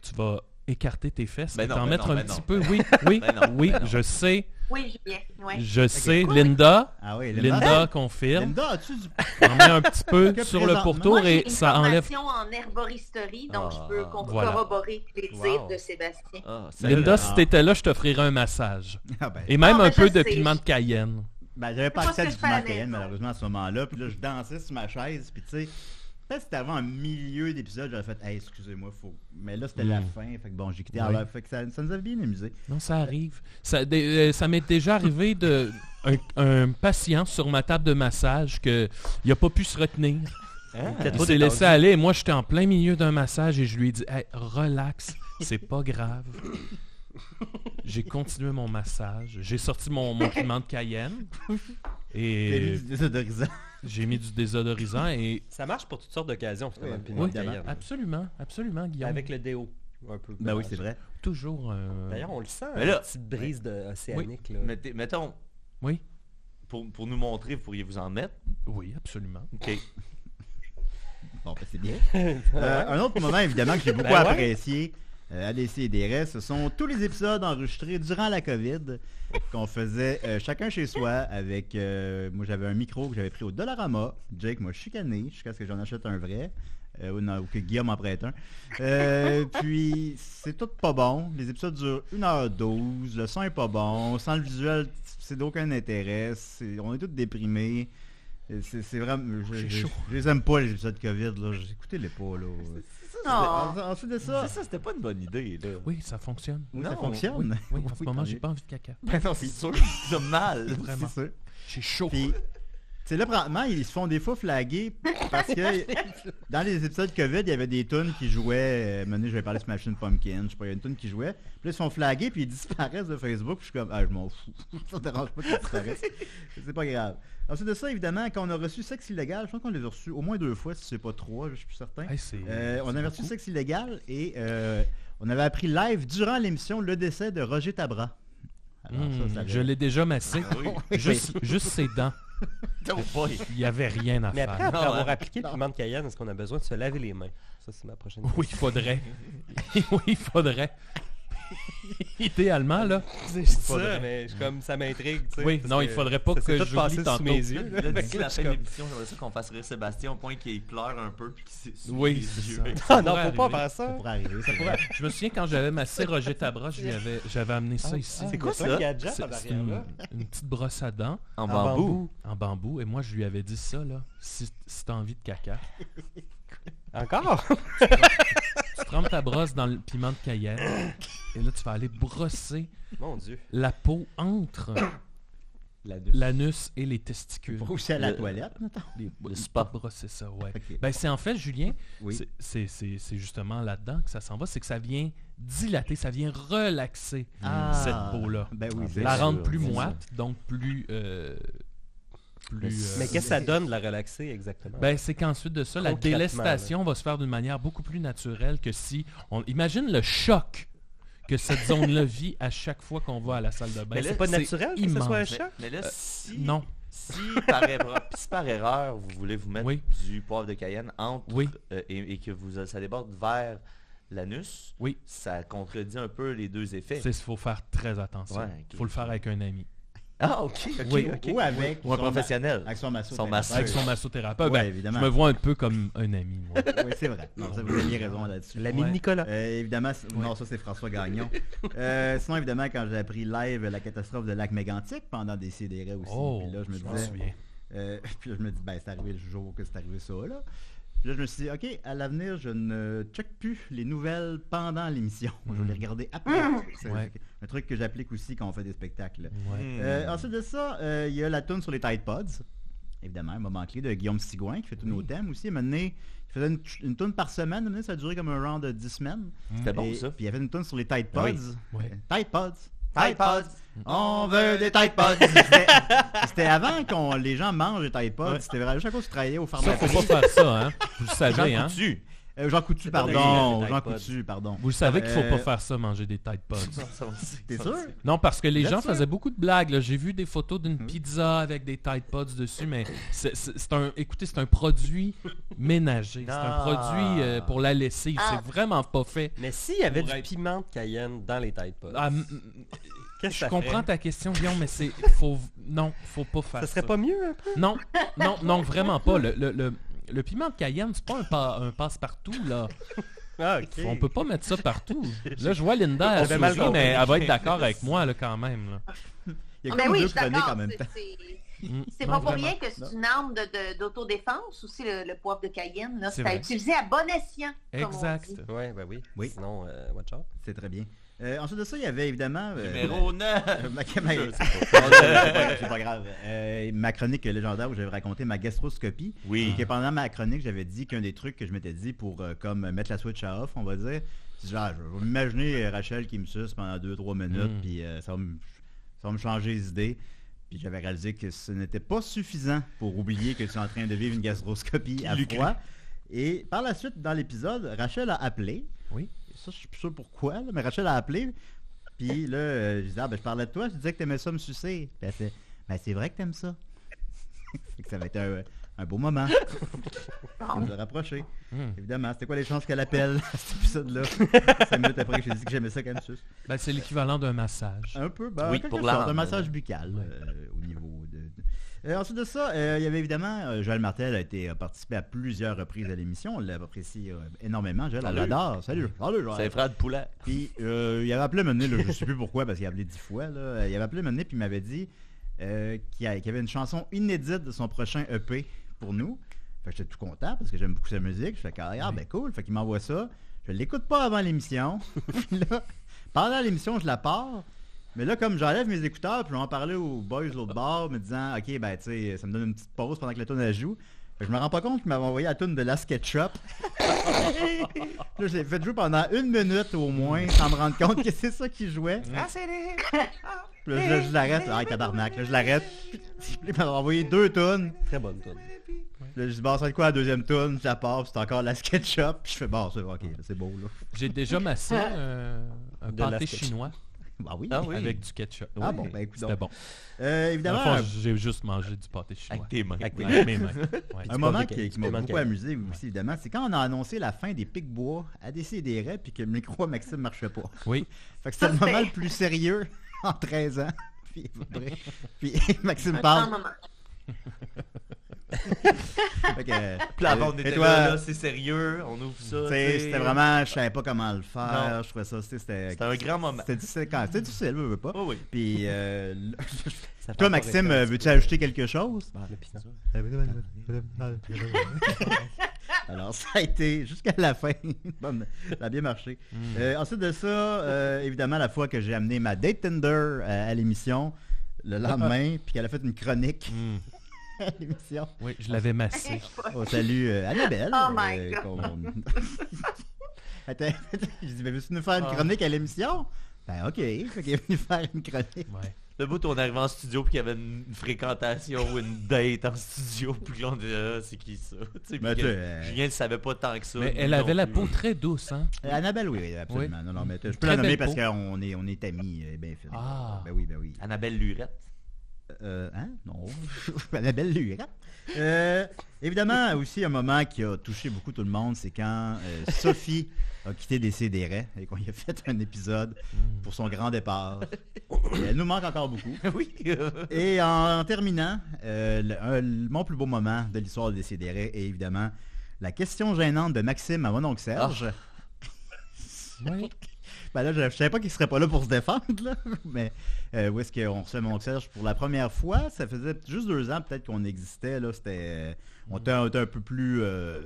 tu vas écarter tes fesses
Ben
et
non,
t'en
ben
mettre
non,
un
ben
petit
non.
peu. Oui, oui,
Ben non,
oui,
ben non.
je sais,
Oui, Julien. Ouais.
je sais. Linda,
Ah oui, Linda.
Linda confirme.
Linda, as-tu du...
On met un petit peu
Que
sur le
présentement-
pourtour
Moi, j'ai
et
une
ça enlève.
formation en herboristerie,
Ah,
donc je peux con-
voilà.
corroborer les dires
Wow.
de Sébastien.
Ah, c'est-
Linda, si
Ah.
t'étais là, je t'offrirais un massage.
Ah ben,
Et même
Non,
un
mais je
peu de
sais.
piment de Cayenne.
Ben, j'avais pas
Je
accès à
pense
du
que je fais
piment
la
de Cayenne,
maison.
malheureusement, à ce moment-là. Puis là, je dansais sur ma chaise. Puis tu sais, peut-être que c'était avant un milieu d'épisode, j'avais fait, hey, excusez-moi, faut. Mais là, c'était la
Mm.
fin. Fait que bon, j'ai quitté.
Oui.
Alors, fait que ça, ça nous avait bien amusé.
Non, ça arrive. Ça, dé- euh, ça m'est déjà arrivé de un, un patient sur ma table de massage que il a pas pu se retenir.
T'as
Il
trop
s'est
détendu.
laissé aller. et Moi, j'étais en plein milieu d'un massage et je lui ai dit Hey, relax, c'est pas grave. J'ai continué mon massage. J'ai sorti mon, mon piment de Cayenne
J'ai mis
et
du désodorisant.
j'ai mis du désodorisant et
Ça marche pour toutes sortes d'occasions, finalement,
Oui,
le piment
oui, ben,
de Cayenne.
absolument, absolument, Guillaume.
Avec le déo. Un peu.
Ben oui, c'est vrai.
toujours. euh,
D'ailleurs, on le sent,
Mais là-
la petite brise de- océanique. là.
mettez- mettons,
Oui,
pour, pour nous montrer, vous pourriez vous en mettre.
oui, absolument.
OK.
Bon, ben, c'est bien. Euh, un autre moment, évidemment, que j'ai beaucoup
Ben ouais.
apprécié euh, à DC et DRS, ce sont tous les épisodes enregistrés durant la COVID qu'on faisait euh, chacun chez soi avec... euh, moi, j'avais un micro que j'avais pris au Dollarama. Jake m'a chicané jusqu'à ce que j'en achète un vrai. euh, ou, non, ou que Guillaume en prête un. Euh, puis, c'est tout pas bon. Les épisodes durent 1h12. Le son est pas bon. Sans le visuel, c'est d'aucun intérêt. c'est- on est tous déprimés. Euh, C'est c'est vraiment... Je,
Oh, J'ai
je-
chaud.
je les aime pas, les épisodes COVID. là. Écoutez-les pas, là.
Non.
En- Ensuite de ça,
Ça, ça c'était pas une bonne idée, là.
Oui, ça fonctionne.
oui, ça
Non,
fonctionne.
Oui, en ce
Oui,
moment,
tant
j'ai
mieux.
pas envie de caca.
Ben non, c'est sûr. C'est mal.
C'est
Vraiment.
sûr.
J'ai chaud.
Puis, c'est là, présentement, ils se font des fois flaguer parce que dans les épisodes COVID, il y avait des tunes qui jouaient. Euh, maintenant, je vais parler de Smashing Pumpkin. Je sais pas, il y a une tune qui jouait. Puis là, ils se font flaguer puis ils disparaissent de Facebook. Puis je suis comme, ah, je m'en fous. ça me dérange pas qu'ils disparaissent. c'est pas grave. Ensuite de ça, évidemment, quand on a reçu Sexe illégal, je pense qu'on les a reçus au moins deux fois, si c'est pas trois, je suis plus certain.
Hey, c'est-
Euh, on
c'est
avait reçu
beaucoup.
Sexe illégal et euh, on avait appris live durant l'émission le décès de Roger Tabra. Alors, ça,
Hmm,
ça avait-
je l'ai déjà massé.
Ah
juste, juste ses dents.
Oh boy.
Il n'y avait rien à
Mais après,
faire.
après
Non,
avoir
hein.
appliqué le piment de Cayenne, est-ce qu'on a besoin de se laver les mains Ça, c'est ma prochaine
Oui, il faudrait. oui, il faudrait. Idéalement, là.
C'est ça, mais je- comme ça m'intrigue. tu sais,
Oui,
parce
non,
que
il faudrait pas
ça s'est
que
tout
j'oublie
passé
tantôt.
sous mes yeux. là.
Là,
Fait
d'ici
que
la
là, je
fin
suis
de
comme-
l'émission, j'aimerais ça qu'on fasse rire Sébastien au point qu'il pleure un peu puis qu'il s'essuie
Oui,
les
c'est
yeux.
ça.
Ah
Ça
non,
pourrait
faut pas
arriver.
faire ça.
Ça pourrait arriver. ça pourrait arriver.
Je me souviens quand j'avais massé Roger Tabra, je lui avais- j'avais amené ça ici.
Ah, C'est
quoi
quoi
ça?
ça gadget
C'est-
en
c'est
arrière, là?
une, une petite brosse à dents
En
bambou.
bambou.
en bambou. Et moi, je lui avais dit ça, là. Si, si t'as envie de caca,
Encore
tu trempes ta brosse dans le piment de cayenne. Et là, tu vas aller brosser
Mon Dieu.
la peau entre
L'anus.
l'anus et les testicules.
Pour aussi à la
Le-
toilette, mettons.
Le spa.
Bras, c'est ça, ouais.
Ok.
Ben, c'est en fait, Julien,
Oui.
c'est- c'est- c'est c'est justement là-dedans que ça s'en va, c'est que ça vient dilater, ça vient relaxer cette peau-là.
Ben oui, c'est
La
sûr,
rendre plus
bien sûr.
moite, donc plus... euh, plus
Mais
euh,
qu'est-ce que ça donne de la relaxer exactement?
ben, c'est qu'ensuite de ça, la
Concrètement, là.
délestation va se faire d'une manière beaucoup plus naturelle que si... on Imagine le choc que cette zone-là vit à chaque fois qu'on va à la salle de bain.
mais c'est pas naturel que ce soit un
immense.
Mais,
choc?
mais là, si,
Non.
si, par erreur, si par erreur, vous voulez vous mettre
Oui.
du poivre de Cayenne entre
Oui.
euh, et, et que vous, ça déborde vers l'anus,
Oui.
ça contredit un peu les deux effets.
Il faut faire très attention.
Eh. Ouais, ok.
faut le faire avec un ami.
Ah, ok, ok,
Oui.
ok.
Ou avec
Ou un
son-
professionnel.
Avec son masseur.
Son masseur.
Avec son massothérapeute,
Ouais,
ben,
évidemment.
je me vois un peu comme un ami. moi.
Oui, c'est vrai. Non, ça, vous aviez raison là-dessus.
L'ami de
Ouais.
Nicolas.
Euh, évidemment, c- non, ça c'est François Gagnon. Euh, sinon, évidemment, quand j'ai appris live la catastrophe de lac mégantic pendant des CDR aussi,
Oh,
puis là, je me
je m'en
disais,
souviens.
euh, puis là, je me dis, ben, c'est arrivé le jour que c'est arrivé ça, là. Puis là, je me suis dit, OK, à l'avenir, je ne check plus les nouvelles pendant l'émission. Je vais les regarder après. C'est
Ouais. Mm.
un truc que j'applique aussi quand on fait des spectacles.
Ouais.
Hmm.
Euh, ensuite de ça, euh, il y a la tune sur les Tide Pods. Évidemment, un moment clé de Guillaume Sigouin qui fait tous nos thèmes aussi. À un moment donné, il faisait une, une tune par semaine. À un moment donné, ça a duré comme un round de 10 semaines.
Hmm.
C'était bon,
Et-
ça.
Puis il y avait une tune sur les Tide Pods.
Oui.
Ah Oui.
Euh, Tide Pods.
Tide Pods.
On veut des Tide Pods. C'était- C'était avant qu'on les gens mangent des Tide Pods. C'était vraiment chaque fois que je travaillais au
Ça, faut
pharmacie.
pas faire ça, hein. Vous le savez,
Jean
hein.
Coutu.
Euh, Jean Coutu,
pas
pardon.
lui, le Tide
Jean
Pods.
Coutu, pardon.
Vous le savez qu'il faut
Euh,
pas faire ça, manger des Tide Pods.
Ça, on sait,
T'es
ça,
sûr?
on sait.
Non, parce que les
Bien
gens
sûr. Mm.
faisaient beaucoup de blagues. là. J'ai vu des photos d'une pizza avec des Tide Pods dessus, mais c'est c'est- c'est un, écoutez, c'est un produit ménager. C'est un
Ah.
produit euh, pour la lessive.
Ah.
C'est vraiment pas fait.
Mais s'il y avait
Pour
du
être-
piment de Cayenne dans les Tide Pods,
Ah, m-
qu'est-ce que
je
ça
comprends
ferait?
ta question, Guillaume, mais c'est faut non, faut pas faire
Ça
ça.
serait pas mieux hein? un peu?
Non, non, non, vraiment pas. Le, le, le- le piment de Cayenne, c'est pas un, pa- un passe-partout, là.
Ah, ok.
On peut pas mettre ça partout. Là, je vois Linda, elle
J'avais mal
sourit, mais
compris.
elle va être d'accord avec moi, là, quand même. là.
Il y a
Ah, ben
comme
oui,
deux
je suis
chroniques en
d'accord.
même temps.
c'est- c'est-
Mm,
C'est
non,
pas pour
vraiment.
rien que c'est une arme de- de- d'autodéfense aussi, le, le poivre de Cayenne. là.
C'est
C'est à
vrai.
utiliser à bon escient. comme on
Exact.
dit.
Ouais, ben oui.
Oui.
Sinon, euh, watch out.
C'est très bien. Euh, ensuite de ça, il y avait évidemment... euh,
Numéro 9.
Euh, ma- ma-
Je sais pas.
Non, c'est pas- c'est pas grave. Euh, ma chronique légendaire où j'avais raconté ma gastroscopie.
Oui.
Et que pendant ma chronique, j'avais dit qu'un des trucs que je m'étais dit pour euh, comme mettre la switch à off, on va dire, c'est genre, je vais m'imaginer euh, Rachel qui me suce pendant 2-3 minutes,
Mm.
puis euh, ça, va me, ça va me changer les idées. Puis j'avais réalisé que ce n'était pas suffisant pour oublier que tu es en train de vivre une gastroscopie à froid. Et par la suite, dans l'épisode, Rachel a appelé.
Oui.
Ça, je suis plus sûr pourquoi, là, mais Rachel a appelé. Puis là, euh, je disais, ah, ben, je parlais de toi, je disais que t'aimais ça me sucer. Puis elle fait, ben, c'est vrai que t'aimes ça. Fait que ça va être un, un beau moment. On nous a rapprochés.
Hmm.
Mm.
Évidemment, c'était quoi les chances qu'elle appelle à cet épisode-là? Cinq minutes après que j'ai dit que j'aimais ça quand même suce.
Ben, c'est l'équivalent d'un massage.
Un peu, ben,
Oui,
quelque
pour
sorte,
l'âme,
un
hein.
massage buccal euh, au niveau de... de- Euh, ensuite de ça, euh, il y avait évidemment, euh, Joël Martel a été a participé à plusieurs reprises à l'émission. On l'apprécie euh, énormément, Joël. On
Salut.
l'adore. Salut. Salut, Joël.
C'est Fred Poulet.
Puis euh, il avait appelé à un moment donné, là, je ne sais plus pourquoi, parce qu'il a appelé dix fois. Là. Il avait appelé à un moment donné, puis il m'avait dit euh, qu'il y a- qu'il y avait une chanson inédite de son prochain EP pour nous. Fait que j'étais tout content parce que j'aime beaucoup sa musique. Je fais ah ah, ben cool. Fait qu'il m'envoie ça. Je l'écoute pas avant l'émission. Puis là, pendant l'émission, je la pars. Mais là, comme j'enlève mes écouteurs, puis je vais en parler aux boys de l'autre bord, me disant, OK, ben, tu sais, ça me donne une petite pause pendant que la tune elle joue. Fait que je me rends pas compte qu'il m'avait envoyé la tune de la SketchUp. Puis là, je l'ai fait jouer pendant une minute au moins, sans me rendre compte que c'est ça qui jouait.
Ah,
Puis là, je, je l'arrête. Ah, tabarnak. Là, je l'arrête. Puis il m'a envoyé deux tonnes.
Très bonne tune.
Là, je dis, bon, ça va être quoi la deuxième tonne? Je la pars, puis c'est encore la SketchUp. Puis je fais, bon, c'est OK, là, c'est beau, là.
J'ai déjà massé
Ah.
euh, un
De la
pâté
sketch.
chinois
Bah oui.
Ah oui.
avec du ketchup.
Ah bon, ben, écoute
C'était
donc.
bon.
Euh,
Dans le
évidemment,
fond,
un-
j'ai juste mangé du pâté chinois.
Avec tes mains.
Avec tes
Avec mes mains. Ouais.
un
du
moment
beurre de
qui, qui m'a
caille, du
beaucoup
beurre de
amusé aussi, évidemment, c'est quand on a annoncé la fin des Pic-Bois à Décideret puis que le micro à Maxime marchait pas.
Oui.
Fait que c'était le
Ça,
moment
c'est-
le plus sérieux en 13 ans. Puis, puis Maxime
Un grand
parle.
moment.
Fait que,
Puis avant,
euh,
on
et
était
toi,
là, là, c'est sérieux, on ouvre ça.
tu sais,
t'sais.
c'était vraiment, je savais pas comment le faire.
Non.
Je trouvais ça, tu sais, c'était.
C'était un grand moment.
C'était difficile quand C'était difficile, veux, veux pas.
Oh oui.
Puis, euh,
Ça fait
toi,
encore
Maxime, euh,
référence
veux-tu ajouter quelque chose?
Le piment.
Alors, ça a été jusqu'à la fin. Bon, ça a bien marché. Euh, ensuite de ça, euh, évidemment, la fois que j'ai amené ma date Tinder euh, à l'émission, le lendemain, puis qu'elle a fait une chronique
Hmm.
à l'émission.
Oui, je l'avais massé.
On salue euh, Annabelle.
Oh my God.
qu'on- Attends, je dis, mais veux-tu nous faire
Ah.
une chronique à l'émission? Ben ok, fait qu'elle est venue faire une chronique.
Ouais.
Le bout où on arrivait en studio puis qu'il y avait une une fréquentation ou une date en studio puis là, on disait ah, c'est qui ça Tu sais,
Mais Ben, tu-
puis que Julien le savait pas tant que ça.
Mais
nous
elle
non
avait la
plus.
peau très douce, hein?
Euh, Annabelle, oui, oui, absolument.
Oui.
Non, non, mais t- je peux
Très
la nommer
belle
parce
peau.
qu'on est, on est amis. euh, Ben, Philippe.
Ah.
Ben oui, ben oui.
Annabelle Lurette.
Euh, hein? Non. Annabelle Lurette. hein? Euh, évidemment, aussi, un moment qui a touché beaucoup tout le monde, c'est quand euh, Sophie a quitté des CDR E et qu'on y a fait un épisode pour son grand départ. Et elle nous manque encore beaucoup.
oui.
Et en, en terminant, euh, le- un- le- mon plus beau moment de l'histoire des CDR E est évidemment la question gênante de Maxime à mon oncle Serge.
Oui.
Ben là, je, je savais pas qu'il serait pas là pour se défendre, là. Mais euh, où est-ce qu'on recevait mon Serge pour la première fois? Ça faisait juste deux ans peut-être qu'on existait, là. C'était... euh, on était on était un peu plus... euh,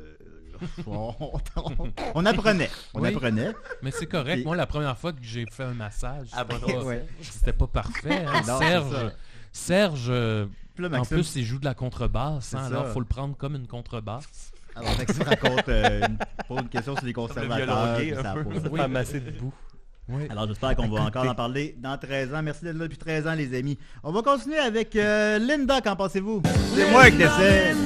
on, on- on apprenait. On
Oui.
apprenait.
Mais c'est correct.
Puis-
Moi, la première fois que j'ai fait un massage,
Ah,
c'était
bon,
pas-
Ouais.
c'était pas parfait. hein.
Non, c'est ça.
Serge, Serge euh,
Puis là,
en
Maxime,
plus, il joue de la contrebasse. hein,
C'est ça.
alors, faut le prendre comme une contrebasse.
alors, Maxime raconte euh, une, pose une question sur les conservateurs.
Ah,
violon gay,
puis
un
ça
peu.
pose-
Oui. Amasser de boue.
Oui.
Alors j'espère qu'on va encore en parler dans 13 ans. Merci d'être là depuis 13 ans les amis. On va continuer avec euh, Linda, qu'en pensez-vous C'est moi qui décède.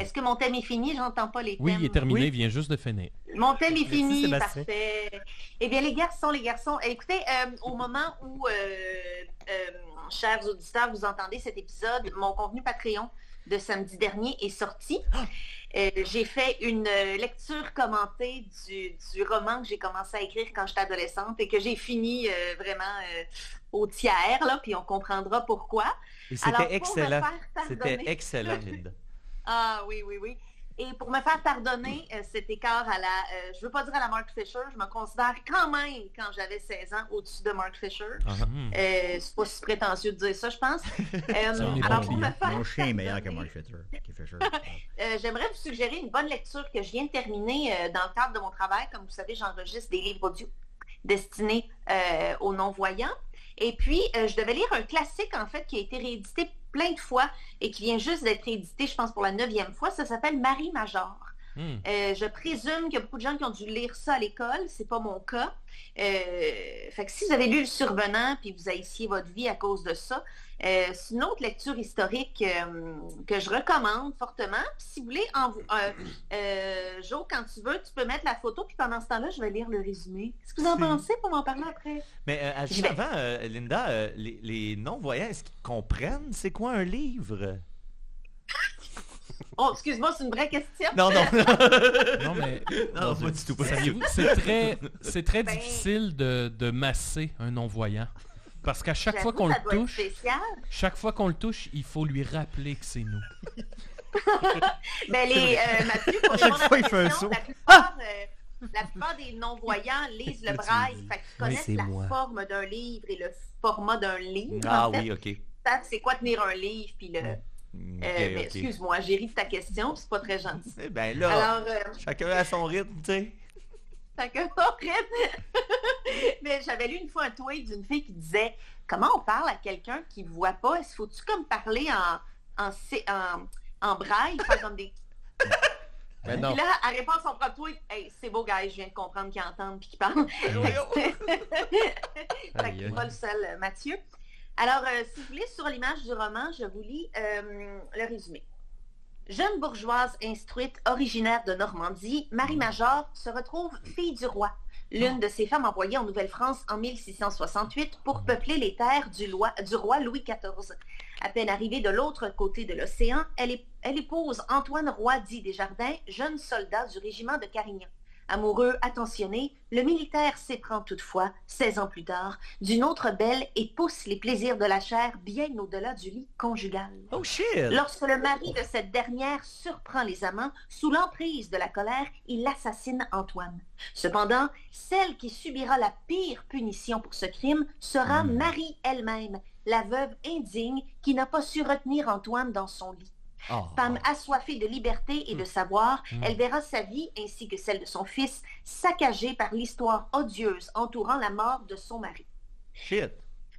Est-ce que mon thème est fini? J'entends pas les thèmes.
Oui, il est terminé, il vient juste de finir.
Mon thème est fini,
Sébastien.
parfait. Eh bien, les garçons, les garçons, écoutez, euh, au moment où, euh, euh, chers auditeurs, vous entendez cet épisode, mon contenu Patreon de samedi dernier est sorti. Euh, j'ai fait une euh, lecture commentée du, du roman que j'ai commencé à écrire quand j'étais adolescente et que j'ai fini euh, vraiment euh, au tiers, là, puis on comprendra pourquoi.
Et
Alors,
c'était
pour me
excellent.
faire
C'était
pardonner-
excellent, Linda.
Ah oui, oui, oui. Et pour me faire pardonner euh, cet écart à la, euh, je veux pas dire à la Mark Fisher, je me considère quand même, quand j'avais 16 ans, au-dessus de Mark Fisher.
Mhm.
Euh, c'est pas si prétentieux de dire ça, je pense. Euh,
on est
alors,
bon
pour me
client.
faire
hein. Mon chien est meilleur que
pardonner,
Mark Fisher. que Fisher.
euh, j'aimerais vous suggérer une bonne lecture que je viens de terminer euh, dans le cadre de mon travail. Comme vous savez, j'enregistre des livres audio destinés euh, aux non-voyants. Et puis, euh, je devais lire un classique, en fait, qui a été réédité plein de fois et qui vient juste d'être réédité, je pense, pour la neuvième fois. Ça s'appelle Marie Major.
Mhm.
Euh, je présume qu'il y a beaucoup de gens qui ont dû lire ça à l'école. C'est pas mon cas. Euh, fait que si vous avez lu Le Survenant puis vous haïssiez votre vie à cause de ça, euh, c'est une autre lecture historique euh, que je recommande fortement. Puis si vous voulez, en, vous- euh, euh, Jo, quand tu veux, tu peux mettre la photo puis pendant ce temps-là, je vais lire le résumé. Qu'est-ce que vous en
C'est-
pensez pour m'en parler après?
Mais euh,
Je
juste
vais-
avant, euh, Linda, euh, les, les non-voyants, est-ce qu'ils comprennent c'est quoi un livre?
Oh, excuse-moi, c'est une vraie question.
Non, non.
Non, mais
non, pas du tout. Pas sérieux.
Savez-vous, c'est très, c'est très
Ben-
difficile de, de masser un non-voyant. Parce qu'à chaque fois
J'avoue,
qu'on
ça
le
doit être
touche,
spécial.
chaque fois qu'on le touche, il faut lui rappeler que c'est nous.
Ben, les, euh, Mathieu, pour
À chaque
répondre
fois,
à ta
il fait un
question,
saut.
La plupart, euh, la plupart des non-voyants lisent le braille, fait qu'ils connaissent
c'est
la
moi.
forme d'un livre et le format d'un livre.
Ah
en fait,
oui, ok.
Ils savent c'est quoi tenir un livre, puis le...
Mm,
Euh,
ok,
mais
ok.
Excuse-moi, j'ai ri de ta question, puis c'est pas très gentil.
Eh ben là,
Alors, euh,
chacun à son rythme, tu sais.
Fait que, après- mais j'avais lu une fois un tweet d'une fille qui disait Comment on parle à quelqu'un qui ne voit pas Est-ce faut-tu comme parler en, en, C- en, en braille faire comme des...
Mais
Ben
Puis
non.
là, elle répond à son propre tweet Hey, c'est beau, gars, je viens de comprendre qu'ils entendent puis qu'ils parlent. Fait que
Aïe, aïe.
c'est pas le seul, euh, Mathieu. Alors, euh, si vous voulez, sur l'image du roman, je vous lis euh, le résumé. Jeune bourgeoise instruite, originaire de Normandie, Marie Major se retrouve fille du roi, l'une de ces femmes envoyées en Nouvelle-France en 1668 pour peupler les terres du, loi- du roi Louis XIV. À peine arrivée de l'autre côté de l'océan, elle, é- elle épouse Antoine Roy dit Desjardins, jeune soldat du régiment de Carignan. Amoureux, attentionné, le militaire s'éprend toutefois, 16 ans plus tard, d'une autre belle et pousse les plaisirs de la chair bien au-delà du lit conjugal.
Oh shit!
Lorsque le mari de cette dernière surprend les amants, sous l'emprise de la colère, il assassine Antoine. Cependant, celle qui subira la pire punition pour ce crime sera Marie elle-même, la veuve indigne qui n'a pas su retenir Antoine dans son lit.
Ah.
Oh.
Femme assoiffée de liberté et
Hmm.
de savoir, elle verra sa vie ainsi que celle de son fils saccagée par l'histoire odieuse entourant la mort de son mari.
Shit.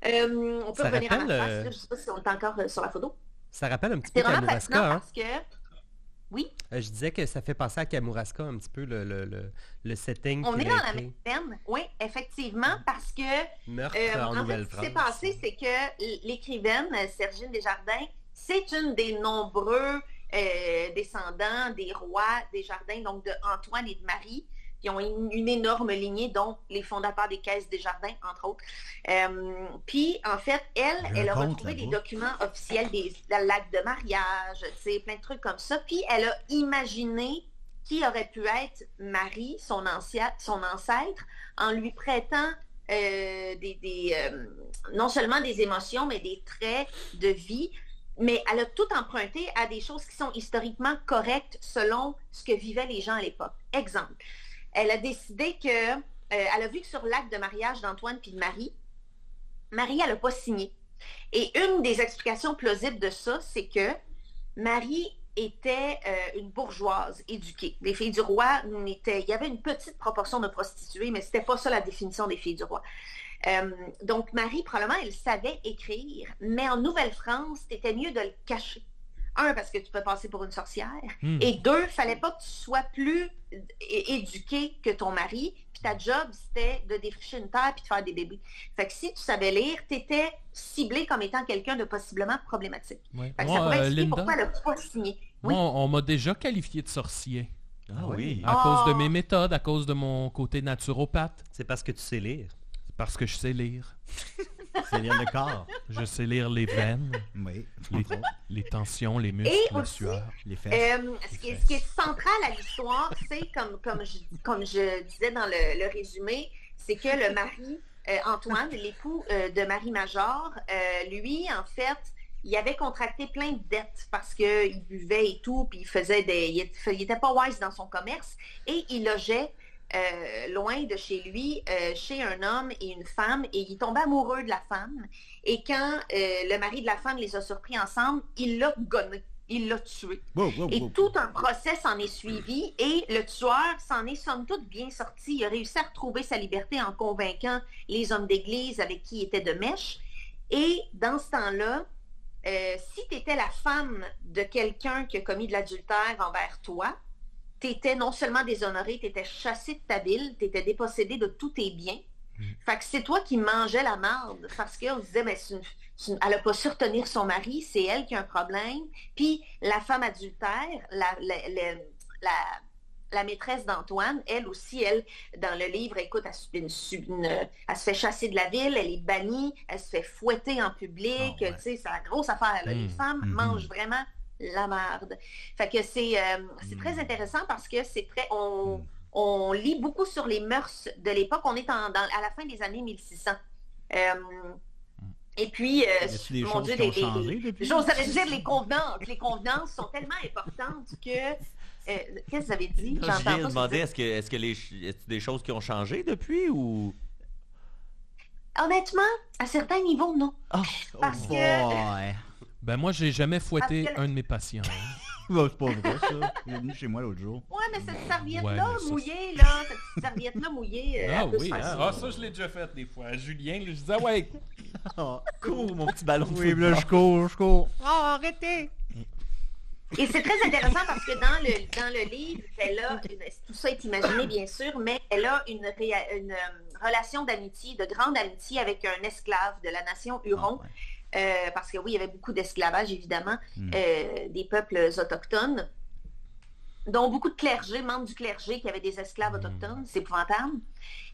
Euh, on peut
Ça
revenir à ma
rappelle,
face,
euh,
là, je ne sais pas si on est encore euh, sur la photo.
Ça rappelle un petit peu
C'est vraiment
Kamouraska.
fascinant
hein.
parce que
Euh, Je disais que ça fait penser à Kamouraska un petit peu le, le, le, le setting.
on
qu'il
est dans
a
la
créé.
même peine, oui, effectivement,
Hmm.
parce que
Meurtre
Euh,
en
en fait, ce qui
Nouvelle-France.
s'est passé, c'est que l- l'écrivaine euh, Sergine Desjardins, c'est une des nombreux euh, descendants des rois des jardins, donc de Antoine et de Marie, qui ont une, une énorme lignée, dont les fondateurs des caisses des jardins, entre autres. Euh, Puis, en fait, elle,
Le
elle a
comte,
retrouvé
là-bas.
des documents officiels, des la- l'acte de mariage, tu sais, plein de trucs comme ça. Puis, elle a imaginé qui aurait pu être Marie, son, ancien- son ancêtre, en lui prêtant euh, des, des, euh, non seulement des émotions, mais des traits de vie. Mais elle a tout emprunté à des choses qui sont historiquement correctes selon ce que vivaient les gens à l'époque. Exemple, elle a décidé que, euh, elle a vu que sur l'acte de mariage d'Antoine puis de Marie, Marie, elle n'a pas signé. Et une des explications plausibles de ça, c'est que Marie était euh, une bourgeoise éduquée. Les filles du roi n'étaient... Il y avait une petite proportion de prostituées, mais c'était pas ça la définition des filles du roi. Euh, donc, Marie, probablement, elle savait écrire, mais en Nouvelle-France, c'était mieux de le cacher. Un, parce que tu peux passer pour une sorcière.
Hmm.
Et deux, fallait pas que tu sois plus é- éduqué que ton mari. Puis ta job, c'était de défricher une terre puis de faire des bébés. Fait que si tu savais lire, tu étais ciblé comme étant quelqu'un de possiblement problématique.
Ouais.
Fait que ça
Moi,
pourrait
euh,
expliquer
Linda,
pourquoi elle n'a pas signé.
moi,
Oui.
on, on m'a déjà qualifié de sorcier.
Ah oui.
À
Oh.
cause de mes méthodes, à cause de mon côté naturopathe.
C'est parce que tu sais lire.
C'est Parce que je sais lire.
C'est lire le corps.
Je sais lire les veines,
Oui.
les, les tensions, les muscles,
Et
la
aussi-
sueur.
Les fesses.
Euh, ce, qui est, ce qui est central à l'histoire, c'est comme, comme, je, comme je disais dans le, le résumé, c'est que le mari, euh, Antoine, l'époux euh, de Marie-Major, euh, lui, en fait, il avait contracté plein de dettes parce qu'il buvait et tout, puis il faisait des. Il était- il était pas wise dans son commerce et il logeait. euh, loin de chez lui, euh, chez un homme et une femme, et il tombait amoureux de la femme. Et quand euh, le mari de la femme les a surpris ensemble, il l'a gonné, il l'a tué.
Wow, wow,
Et
wow.
tout un procès s'en est suivi et le tueur s'en est somme toute bien sorti. Il a réussi à retrouver sa liberté en convainquant les hommes d'église avec qui il était de mèche. Et dans ce temps-là, euh, si tu étais la femme de quelqu'un qui a commis de l'adultère envers toi, tu étais non seulement déshonoré, tu étais chassé de ta ville, tu étais dépossédé de tous tes biens. Fait que c'est toi qui mangeais la marde parce qu'on se disait, mais c'est une- c'est une- elle n'a pas su retenir son mari, c'est elle qui a un problème. Puis la femme adultère, la, la- la- la- la maîtresse d'Antoine, elle aussi, elle, dans le livre, écoute, elle, se- une su- une- elle se fait chasser de la ville, elle est bannie, elle se fait fouetter en public,
Ah ouais.
tu sais, c'est la grosse affaire. là. Les
Mm,
femmes
mhm.
mangent vraiment la marde. Fait que c'est euh, c'est très
Mmh.
intéressant parce que c'est très... On,
Mm.
on lit beaucoup sur les mœurs de l'époque. On est en- dans- à la fin des années 1600. Euh, et puis, euh,
Y a-t-il des
mon
choses
Dieu,
qui ont
des- des-
changé depuis?
J'ose ça veut dire les convenances. Les convenances sont tellement importantes que. euh, Qu'est-ce que vous avez dit?
Non,
J'entends
je viens de
pas ce que vous
demander,
dites.
est-ce que, est-ce que les, ch- est-ce des choses qui ont changé depuis ou...
Honnêtement, à certains niveaux, non.
Ah,
Oh,
Parce que.
Ouais.
Ben moi, j'ai jamais fouetté
Parce que-
un de mes patients. hein.
Bah, c'est pas vrai, ça. Il est venu chez moi l'autre jour.
Ouais, mais cette serviette-là
Ouais, mais ça,
mouillée, là, cette petite serviette-là mouillée. euh,
Ah
elle peut se
oui,
faire
hein.
ça.
ah, ça je l'ai déjà fait des fois. À Julien, je disais, ah ouais,
Ah.
cours, mon petit ballon. de
Oui,
football.
là, je cours, je cours.
Et c'est très intéressant parce que dans le, dans le livre, elle a une- tout ça est imaginé, bien sûr, mais elle a une, réa- une, euh, relation d'amitié, de grande amitié avec un esclave de la nation
Ah,
Huron,
ouais.
euh, parce que oui, il y avait beaucoup d'esclavage, évidemment,
Mm.
euh, des peuples autochtones, dont beaucoup de clergés, membres du clergé qui avaient des esclaves autochtones. C'est épouvantable.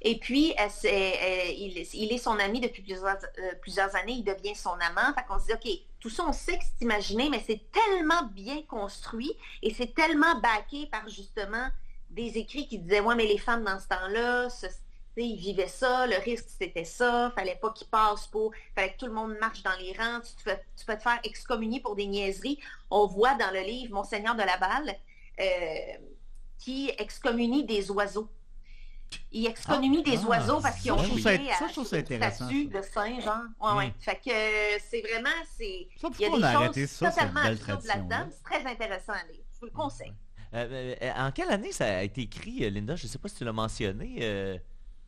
Et puis, elle s'est- elle- il, il est son ami depuis plusieurs, euh, plusieurs années, il devient son amant. Fait qu'on se dit, OK, tout ça, on sait que c'est imaginé, mais c'est tellement bien construit et c'est tellement baqué par justement des écrits qui disaient, ouais, mais les femmes dans ce temps-là, ce- tu sais, ils vivaient ça, le risque c'était ça, fallait pas qu'ils passent pour, fallait que tout le monde marche dans les rangs, tu, te fais- tu peux te faire excommunier pour des niaiseries. On voit dans le livre Monseigneur de Laval euh, qui excommunie des oiseaux. Il exponymie des
ah,
oiseaux parce qu'ils ont
ça, je trouve ça-
joué à
ça, je trouve ça
une
intéressant,
statue
ça.
de singe, hein. Ouais,
Mm.
ouais. Fait que euh, c'est vraiment, c'est...
Ça,
Il y
pourquoi
a des
on a
choses
arrêté ça, cette
totalement
belle
absurdes
tradition hein? Hmm.
là-dedans. C'est très intéressant à lire. Je vous le conseille.
Euh, euh, en quelle année ça a été écrit, euh, Linda? Je sais pas si tu l'as mentionné. euh.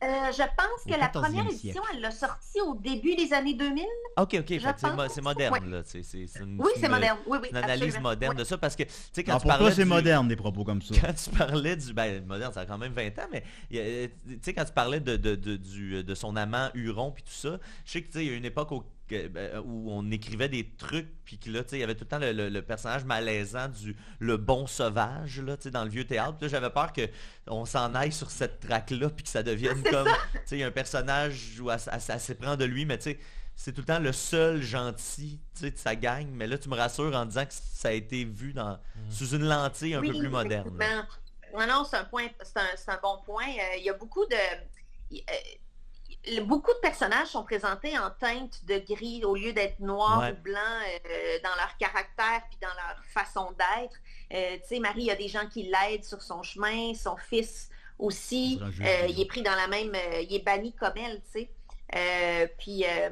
Euh, je pense
Au
que la
14e
première
siècle.
édition, elle l'a sortie au début des années 2000.
Ok, ok, fait que c'est
pense
mo-
que
c'est
c'est-
moderne,
ouais.
là. tu sais, C'est c'est une,
Oui,
c'est
c'est
une-
moderne. Oui, oui,
une analyse
absolument.
moderne
Ouais.
de ça parce que, tu sais, quand
Alors,
tu
pour toi,
parlais
c'est
du-
moderne, des propos comme ça.
Quand tu parlais du... Ben, moderne, ça a quand même 20 ans, mais il y a, euh, tu sais, quand tu parlais de, de, de, du- euh, de son amant Huron puis tout ça, je sais que, tu sais, il y a une époque au- que- ben, où on écrivait des trucs, puis que là, tu sais, il y avait tout le temps le, le- le personnage malaisant du le bon sauvage, là, tu sais, dans le vieux théâtre. Puis là, j'avais peur que on s'en aille sur cette traque-là, puis que ça devienne comme, tu sais, il y a un personnage où elle, s- elle s- elle s'éprend de lui, mais tu sais, c'est tout le temps le seul gentil, tu sais, de sa gang. Mais là, tu me rassures en disant que ça a été vu dans, sous une lentille un
Oui, ben,
peu plus moderne. là.
effectivement. Non, non, c'est un point, c'est un, c'est un bon point. Euh, il y a beaucoup de. il- euh, le- beaucoup de personnages sont présentés en teinte de gris au lieu d'être noir
Ouais.
ou blanc euh, dans leur caractère puis dans leur façon d'être. Euh, tu sais, Marie, il y a des gens qui l'aident sur son chemin, son fils aussi.
Dans le jeu
Euh,
vidéo.
il est pris dans la même. euh, il est banni comme elle, tu sais. Euh, puis euh,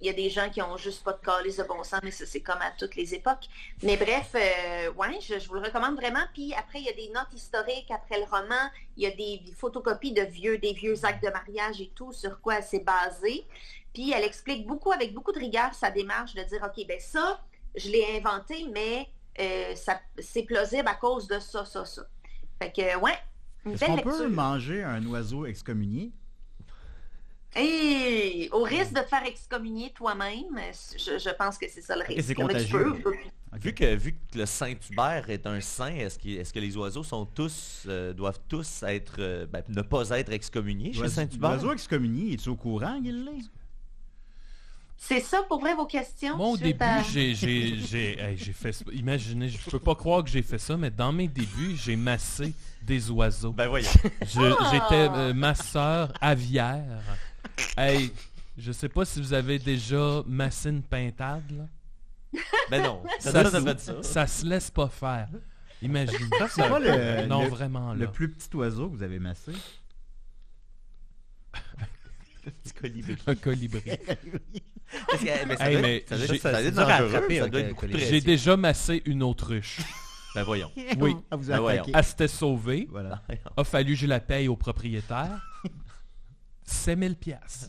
il y a des gens qui ont juste pas de calice de bon sens, mais ça, c'est comme à toutes les époques. Mais bref, euh, ouais, je, je vous le recommande vraiment. Puis après, il y a des notes historiques après le roman. Il y a des photocopies de vieux, des vieux actes de mariage et tout, sur quoi elle s'est basée. Puis elle explique beaucoup, avec beaucoup de rigueur, sa démarche de dire, OK, ben ça, je l'ai inventé, mais euh, ça- c'est plausible à cause de ça, ça, ça. Fait que, ouais, une
Est-ce qu'on
belle
peut
lecture.
manger un oiseau excommunié?
Et au risque de te faire excommunier toi-même, je, je pense que c'est ça le risque.
c'est
Il y en a qui
contagieux.
peuvent, d'autres qui
Ok.
Vu que, vu que le Saint-Hubert est un saint, est-ce qu'il- est-ce que les oiseaux sont tous, euh, doivent tous être, euh, ben, ne pas être excommuniés chez
L'oiseau
Saint-Hubert?
l'oiseau excommunié, es-tu au courant, Guillet?
C'est ça pour vrai vos questions?
Moi, au
suite
début,
à-
j'ai, j'ai, j'ai, hey, j'ai fait ça. Imaginez, je peux pas croire que j'ai fait ça, mais dans mes débuts, j'ai massé des oiseaux.
Ben voyons.
Je-
Ah!
J'étais euh, masseur aviaire. Hey, je sais pas si vous avez déjà massé une pintade, là.
ben non. Ça, ça,
Ça, se-
ça fait ça.
ça se laisse pas faire. Imagine.
C'est pas le,
non,
Euh, le-
vraiment, là.
le plus petit oiseau que vous avez massé?
Petit colibri.
Un colibri.
Parce que, mais ça
Hey,
doit
mais
être- ça doit être-
j'ai-
ça doit être
c'est dur à
dangereux,
attraper
ça
un
doit être beaucoup de
colibri.
J'ai
pression.
déjà massé une autruche.
Ben voyons.
Oui.
Ah, vous
Ben voyons.
attaquez.
Elle s'était sauvée.
Voilà.
A fallu que je la paye au propriétaire. 7000 piastres.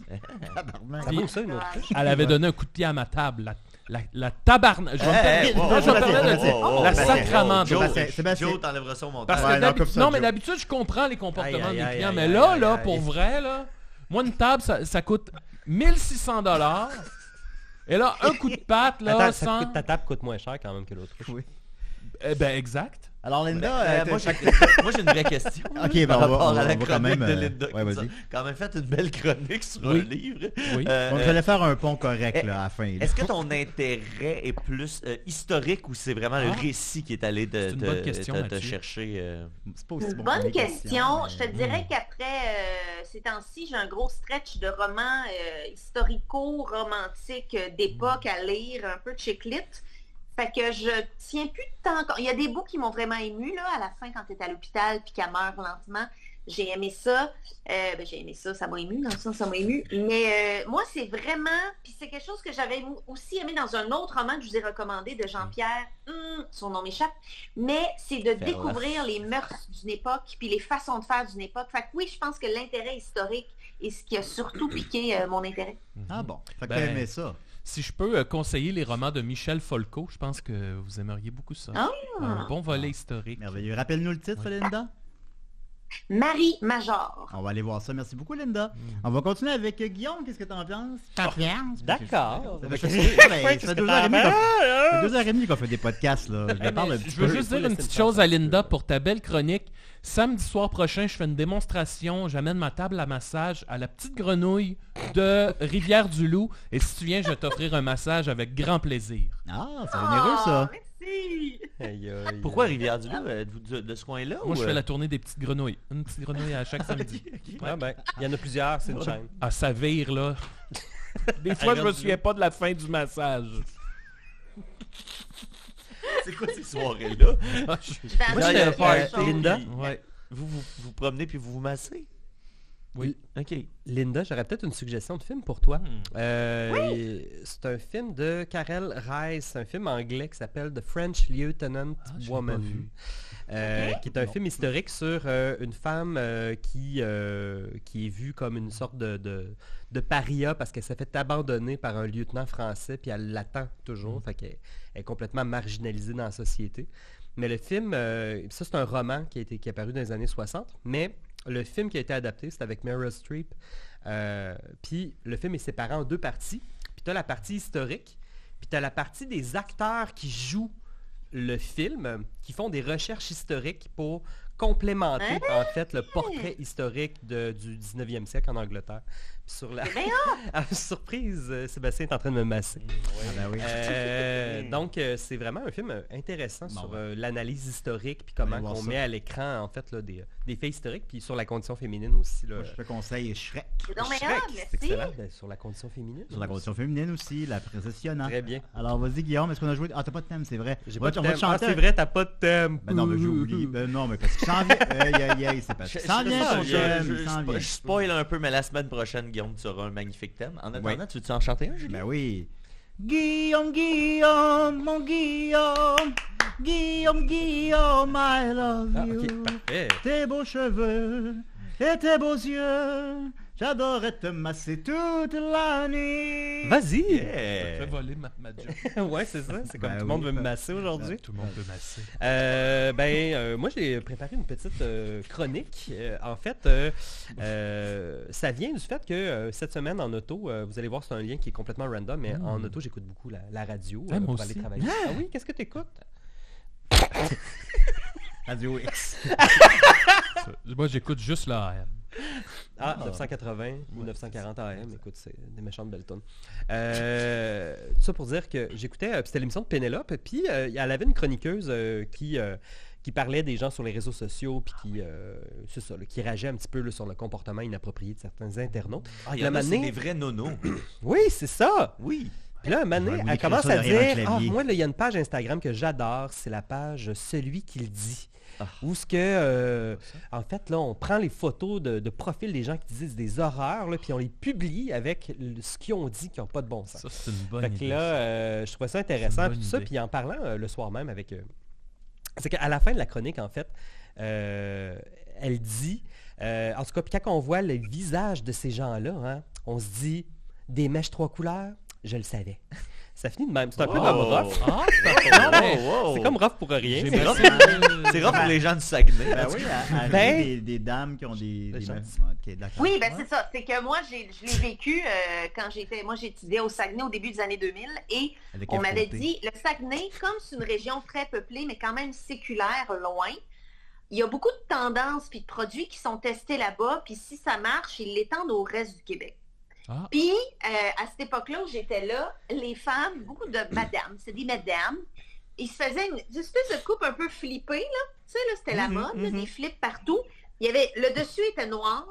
Tabarnak.
Ça vaut ça, une autre couche.
Elle avait donné un coup de pied à ma table. La, la, la tabarna- Je vais me
Ben,
permettre-
wow,
non, je vais me
wow,
permettre de
wow,
dire.
wow, wow,
la
wow,
sacrament.
wow, Joe,
Sébastien, Sébastien.
Joe, t'enlèveras ça au montage.
Parce
Ouais,
que
non,
d'habi-
comme ça,
non,
Joe.
mais d'habitude, je comprends les comportements
Aïe,
des
aïe,
clients,
aïe,
mais
aïe,
là,
aïe,
là,
aïe.
pour vrai, là, moi, une table, ça, ça coûte 1600 dollars. Et là, un coup de patte, là,
Attends, ça
sans...
coûte- ta table coûte moins cher quand même que l'autre. couche.
Oui.
Eh ben, exact.
Alors, Linda,
Euh,
euh,
moi, j'ai
t'as-
moi, j'ai une vraie question. là,
Ok, ben,
par
on va-
rapport
on va-
à la
on va
chronique
quand même,
de
euh,
Linda. qui
ouais,
nous a
vas-y.
quand même fait une belle chronique sur
Oui.
un livre.
Oui.
Euh,
donc, j'allais faire un pont correct, là, à la fin. là.
Est-ce que ton intérêt est plus euh, historique ou c'est vraiment le
Ah.
récit qui est allé
C'est
de,
une
de-
bonne question,
te- te
Mathieu.
chercher euh,
C'est pas aussi
Une
bon hein. que
bonne
mes questions,
question. Ah,
mais-
Je te dirais qu'après euh, ces temps-ci, j'ai un gros stretch de romans euh, historico-romantiques euh, d'époque
Mm.
à lire, un peu chick-lit. Fait que je tiens plus de temps. Il y a des bouts qui m'ont vraiment ému là, à la fin quand tu es à l'hôpital puis qu'elle meurt lentement. J'ai aimé ça. Euh, ben, j'ai aimé ça, ça m'a ému, dans le sens, ça m'a ému. Mais euh, moi, c'est vraiment. Puis c'est quelque chose que j'avais mou- aussi aimé dans un autre roman que je vous ai recommandé de Jean-Pierre. Hum, son nom m'échappe. Mais c'est de
Ferland.
découvrir les mœurs d'une époque puis les façons de faire d'une époque. Fait que oui, je pense que l'intérêt historique est ce qui a surtout piqué euh, mon intérêt.
Ah bon. Fait que
Ben-
t'aimais ça.
Si je peux euh, conseiller les romans de Michel Folco, je pense que vous aimeriez beaucoup ça.
Ah.
Un bon volet historique.
Merveilleux. Rappelle-nous le titre, Linda.
Marie Major.
On va aller voir ça. Merci beaucoup, Linda. On va continuer avec euh, Guillaume. Qu'est-ce que Mm. t'en penses?
D'accord.
Ça fait ben, ça fait deux heures et demie qu'on- ça fait deux heures et demie qu'on fait des podcasts, là. Eh, Je
Hey,
me parle
mais
un petit
je veux
peu.
juste
faut
dire une
laisser
petite
le temps
chose à
un peu,
Linda
là.
pour ta belle chronique. Samedi soir prochain, je fais une démonstration. J'amène ma table à massage à la petite grenouille de Rivière-du-Loup. Et si tu viens, je vais t'offrir un massage avec grand plaisir.
Ah, c'est généreux, ça.
Ah, merci.
Aïe, aïe.
Pourquoi Rivière-du-Loup Êtes-vous de, de ce coin-là
Moi,
ou,
je fais
euh,
la tournée des petites grenouilles. Une petite grenouille à chaque samedi.
Ah ben, il y en a plusieurs, c'est une chaîne.
À sa vire, là. Des fois, je me souviens pas de la fin du massage.
euh, C'est quoi ces soirées-là
Je vais
Moi,
aller
j'étais
faire
pas
quelque chose.
Linda.
Ouais.
vous, vous vous promenez puis vous vous massez
Oui. OK.
Linda, j'aurais peut-être une suggestion de film pour toi.
Hmm.
Euh, et C'est un film de Karel Reis, un film anglais qui s'appelle The French Lieutenant
Ah, je l'ai
Woman,
pas vu.
euh,
Ok.
qui est un film historique sur euh, une femme euh, qui, euh, qui est vue comme une sorte de, de, de paria parce qu'elle s'est fait abandonner par un lieutenant français, puis elle l'attend
Hmm.
toujours, fait qu'elle elle est complètement marginalisée dans la société. Mais le film, euh, ça c'est un roman qui a été qui est paru dans les années 60, mais le film qui a été adapté, c'est avec Meryl Streep. Euh, puis le film est séparé en deux parties. Puis tu as la partie historique, puis tu as la partie des acteurs qui jouent le film, qui font des recherches historiques pour complémenter en fait le portrait historique de- du 19e siècle en Angleterre. Puis sur la...
bien
à ma surprise, euh, Sébastien est en train de me masser.
Ah, ben oui.
Euh, donc, euh, c'est vraiment un film euh, intéressant
Bon,
sur
ouais.
euh, l'analyse historique, puis
Allez
comment
voir
on
ça.
met à l'écran, en fait, là, des, euh, des faits historiques, puis sur la condition féminine aussi. Là.
Moi, je te conseille Shrek.
C'est donc bien
Shrek,
hot, ah,
c'est
merci.
excellent, ben, sur la condition féminine.
Sur la condition féminine aussi, la précessionnante.
Très bien.
Alors vas-y Guillaume, est-ce qu'on a joué... Ah, t'as pas de thème, c'est vrai.
J'ai
On va
pas
te- on
de
va
thème.
te
Ah,
chanter
c'est
un-
vrai, t'as pas de thème.
Ben non, mais j'ai oublié. Ben non, mais parce qu'il s'en vient. Aïe, aïe, aïe, c'est parce qu'il s'en vient
Ah,
ton
je,
thème,
je-
il
je-
s'en
je
vient.
spoil un peu, mais la semaine prochaine, Guillaume, tu auras un magnifique thème. En attendant,
Ouais.
tu veux-tu en chanter un, Julien?
Ben oui. Guillaume, Guillaume, mon Guillaume, Guillaume, Guillaume, I love
Ah,
you.
ok, parfait.
Tes beaux cheveux et tes beaux yeux, j'adorais te masser toute la nuit.
Vas-y.
Fais
Yeah.
voler ma, ma job.
ouais, c'est ça. C'est comme
Ben
tout le monde
oui.
veut me masser aujourd'hui.
Tout le monde peut masser.
Euh, ben, euh, moi, j'ai préparé une petite euh, chronique. Euh, en fait, euh, euh, ça vient du fait que euh, cette semaine en auto, euh, vous allez voir, c'est un lien qui est complètement random, mais en auto, j'écoute beaucoup la, la radio
Ah,
euh,
moi
pour
aussi.
aller travailler. Ah oui, qu'est-ce que tu écoutes
Radio X.
Ça- Moi, j'écoute juste l'AM.
Ah, 980 ou 940 AM, écoute, c'est des méchantes belles tonnes. Euh, tout ça pour dire que j'écoutais, euh, puis c'était l'émission de Pénélope, puis euh, elle avait une chroniqueuse euh, qui, euh, qui parlait des gens sur les réseaux sociaux, puis qui, euh, c'est ça, là, qui rageait un petit peu là, sur le comportement inapproprié de certains internautes.
Ah, il y
La
en a, c'est des
manée-
vrais nonos.
Oui, c'est ça!
Oui.
Puis là, un moment
Ouais,
donné,
vous
elle
écrivez
commence
ça
à
derrière un
dire, ah,
clavier.
moi, là, il y a une page Instagram que j'adore, c'est la page Celui qui le dit.
Ah.
Où ce que, euh, en fait, là, on prend les photos de, de profil des gens qui disent des horreurs, là, puis on les publie avec le- ce qu'ils ont dit qui n'ont pas de bon sens.
Ça, c'est une bonne
Fait que
idée.
là,
ça.
euh, je trouvais ça intéressant.
bonne
puis tout ça,
idée.
puis en parlant euh, le soir même avec... euh, c'est qu'à la fin de la chronique, en fait, euh, elle dit... euh, en tout cas, puis quand on voit le visage de ces gens-là, hein, on se dit, des mèches trois couleurs, je le savais. Ça finit de même. C'est un peu
Oh.
comme rough.
Ah,
Oh, wow.
C'est comme rough pour rien.
j'ai
C'est rough.
massé-
C'est rare pour les gens du Saguenay.
Ben oui, à- à-
Ben-
des, des dames qui ont des...
Ben,
Des
des
gens.
meufs. Ok, d'accord.
Oui, ben
Ouais.
c'est ça. C'est que moi, j'ai- je l'ai vécu euh, quand j'étais. Moi, j'étudiais au Saguenay au début des années 2000 et
Avec
on
un
m'avait
côté.
dit le Saguenay, comme c'est une région très peuplée, mais quand même séculaire, loin, il y a beaucoup de tendances puis de produits qui sont testés là-bas, puis si ça marche, ils l'étendent au reste du Québec.
Ah.
Puis, euh, à cette époque-là où j'étais là, les femmes, beaucoup de madames, c'est des madames, ils se faisaient une, une espèce de coupe un peu flippée, là. Tu sais, là, c'était la
Mhm,
mode, là,
mhm.
des flips partout. Il y avait, le dessus était noir,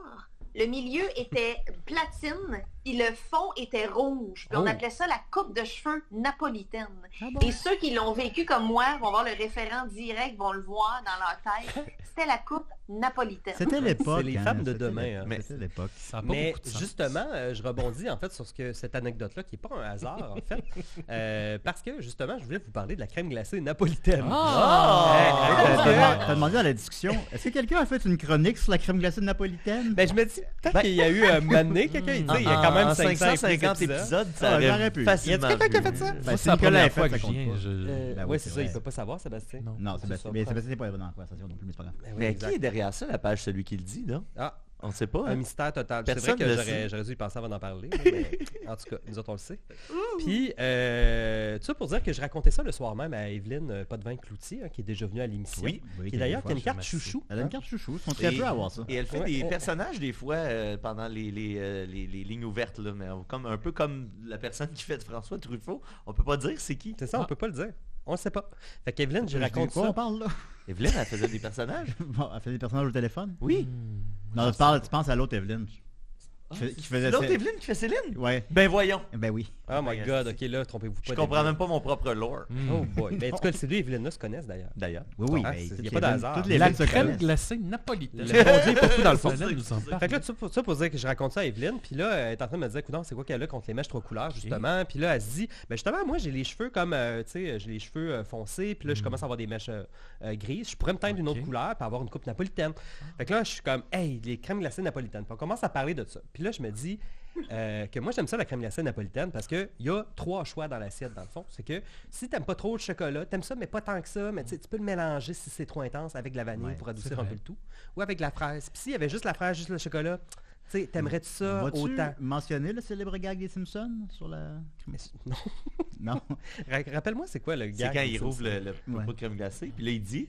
le milieu était platine, puis le fond était rouge. Puis on
Oh.
appelait ça la coupe de cheveux napolitaine.
Ah bon?
Et ceux qui l'ont vécu comme moi vont voir le référent direct, vont le voir dans leur tête. C'était la coupe napolitaine.
C'était l'époque.
C'est les
hein,
femmes de
c'était
demain,
l'é-
hein.
Mais c'était l'époque.
Ça a pas
Mais
beaucoup de sens.
justement, euh, je rebondis en fait sur ce que cette anecdote-là qui n'est pas un hasard en fait, Euh, parce que justement, je voulais vous parler de la crème glacée napolitaine.
Ah!
Euh,
T'as
parce que-
demandé- t'as demandé à la discussion, est-ce que quelqu'un a fait une chronique sur la crème glacée napolitaine?
Ben, je me dis, peut-être qu'il y a eu un moment donné, quelqu'un, il dit, il y a quand même 550 épisodes.
Ah,
ça
j'aurais
aurait
pu.
facilement
Y a-t-il quelqu'un qui a
vu.
fait ça?
Ben,
Moi,
c'est
c'est la
Nicolas
première
Lefebvre,
fois que
ça
je
compte
viens.
pas.
je-
Euh,
Ben oui,
ouais,
c'est
c'est ça, il
vrai.
peut pas savoir, Sébastien.
Non.
Non, c'est
C'est
Bastien.
ça,
Mais
bref.
Sébastien n'est pas dans la conversation non plus, mais c'est pas grave.
Ben oui,
Mais qui
exact.
est derrière ça, la page Celui qui le dit, là?
Ah,
On sait pas.
un
hein?
mystère total. C'est vrai
Personne
que
le
j'aurais
sait.
j'aurais dû y penser avant d'en parler. là, mais en tout cas, nous autres, on le sait. Puis, euh, tout ça pour dire que je racontais ça le soir même à Évelyne euh, Potvin-Cloutier, hein, qui est déjà venue à l'émission.
Oui, oui,
Qui d'ailleurs
quelques
qui a une
fois,
carte
je m'assieds.
chouchou.
Elle a une carte chouchou, ils sont très
Et-
peu à avoir ça.
Et elle fait
Ouais,
des
ouais.
personnages des fois euh, pendant les, les, euh, les- les lignes ouvertes, là, mais on- comme, un peu comme la personne qui fait de François Truffaut. On peut pas dire c'est qui.
C'est ça, on
Ah.
peut pas le dire. On le sait pas. Fait qu'Evelyne, je
Je dis
raconte
quoi, on
ça.
parle là?
Evelyne, elle faisait des personnages.
Hmm.
Bon, elle fait des personnages au téléphone?
Oui.
Non, tu, parles, tu penses à l'autre Evelyne. Qui fais- qui faisait
Ah, L'autre
Cé-
Evelyne qui fait Céline?
Ouais.
Ben voyons.
Ben oui.
Oh my god, ok, là, trompez-vous pas.
Je comprends même pas mon propre lore.
Hmm.
Oh boy. Ben, en tout cas, ces deux Evelyn-là se connaissent d'ailleurs.
D'ailleurs.
Oui, oui.
Ah,
ben,
c'est-
toutes
y a
les
pas de
vannes-
hasard.
Toutes les
La
vannes se
crème
connaissent.
glacée napolitaine.
Le bon Dieu est pas fou dans le fond.
Ça, ça, ça.
Fait que là, tout ça pour- ça pour dire que je raconte ça à Evelyne, puis là, elle est en train de me dire, écoute, c'est quoi qu'elle a contre les mèches trois couleurs, justement. Puis là, elle se dit, ben justement, moi, j'ai les cheveux comme, euh, tu sais, j'ai les cheveux euh, foncés, puis là, je commence à avoir des mèches euh, euh, grises. Je pourrais me teindre d'une autre
Ok.
couleur, puis avoir une coupe napolitaine. Fait que là, je suis comme, hey, les crèmes glacées napolitaines. Puis on commence à parler de ça. Puis là, je me dis euh, que moi, j'aime ça, la crème glacée napolitaine, parce qu'il y a trois choix dans l'assiette, dans le fond. C'est que si t'aimes pas trop le chocolat, t'aimes ça, mais pas tant que ça, mais tu sais, tu peux le mélanger si c'est trop intense avec de la vanille pour adoucir un
vrai.
peu le tout. Ou avec de la fraise. Puis s'il y avait juste la fraise, juste le chocolat, tu sais, t'aimerais-tu ça
Vas-tu
autant?
mentionner le célèbre gag des Simpsons sur la...
Mais c'est- non.
Non.
Ra- Rappelle-moi, c'est quoi le
C'est
gars
quand il rouvre le, le pot de
Ouais.
crème glacée, puis là, il dit...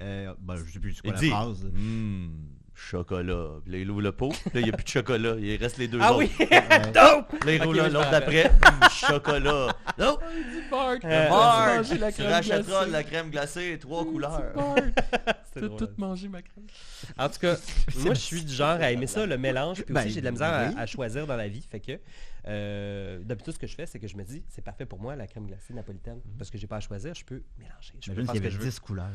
Euh, ben, je sais plus c'est quoi
Il
la
dit...
phrase.
Hmm, chocolat. Puis là, il ouvre le pot, puis là, il n'y a plus de chocolat. Il reste les deux
Ah
autres.
oui!
Puis Là, il
Ok,
roule
là,
un,
je
l'autre
me
d'après.
rappelle.
Hmm, chocolat. Non,
Bart,
Euh,
Marge,
manger la
tu
crème
rachèteras
glacée.
de la crème glacée, trois couleurs.
C'est
T'as
drôle.
tout mangé ma crème.
En tout cas, moi je suis du genre à aimer ça, le mélange, puis aussi
Ben,
j'ai de la misère à-
oui.
à, choisir dans la vie. Fait que euh, d'habitude ce que je fais, c'est que je me dis, c'est parfait pour moi la crème glacée napolitaine. Parce que j'ai pas à choisir, je peux mélanger. Je peux
J'imagine
faire
qu'il Mhm. y avait
ce que je veux.
10 couleurs.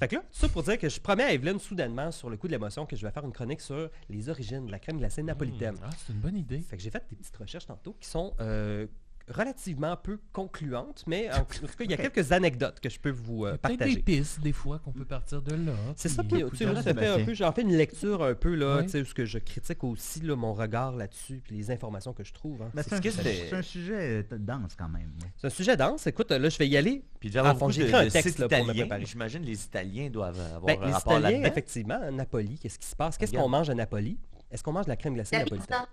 Fait que là, tout ça pour dire que je promets à Evelyne soudainement sur le coup de l'émotion que je vais faire une chronique sur les origines de la crème
Hmm.
glacée napolitaine.
Ah, c'est une bonne idée.
Fait que j'ai fait des petites recherches tantôt qui sont euh, relativement peu concluantes, mais en, en tout cas, il y a quelques anecdotes que je peux vous euh,
Peut-être des
partager.
pistes, des fois, qu'on peut partir de là.
C'est ça, puis
puis-
tu sais,
coudonc,
là, ça fait un
Sébastien.
peu, j'en fais une lecture un peu, là,
Oui.
tu sais, ce que je critique aussi, là, mon regard là-dessus, puis les informations que je trouve. hein.
Ben,
C'est
c'est un,
ce que c'était.
c'est un sujet euh, dense quand même. oui.
C'est un sujet dense, écoute, là, je vais y aller.
Puis il doit y avoir
Ah, faut
beaucoup
que j'écris
de-
un
de
texte,
sites
là, pour me
italiens.
préparer.
J'imagine les Italiens doivent avoir
Ben,
un
les
rapport
Italiens,
là-dedans.
effectivement, à Napoli, qu'est-ce qui se passe? Qu'est-ce
Regarde.
qu'on mange à Napoli? Est-ce qu'on mange de la crème glacée
La
napolitaine?
pizza.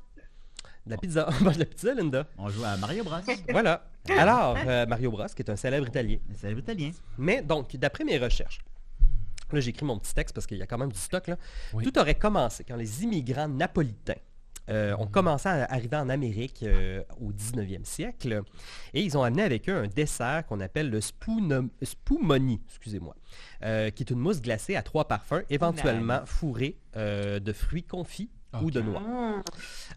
De la pizza. On mange de la pizza, Linda.
On joue à Mario Bros.
Voilà. Alors, euh, Mario Bros, qui est un célèbre Italien.
C'est italien.
Mais donc, d'après mes recherches, là j'écris mon petit texte parce qu'il y a quand même du stock, là.
Oui.
tout aurait commencé quand les immigrants napolitains euh,
Mm-hmm.
ont commencé à arriver en Amérique euh, au 19e siècle et ils ont amené avec eux un dessert qu'on appelle le spoono- spumoni, excusez-moi, euh, qui est une mousse glacée à trois parfums, éventuellement fourrée euh, de fruits confits ou de
Ok.
noix.
Mmh.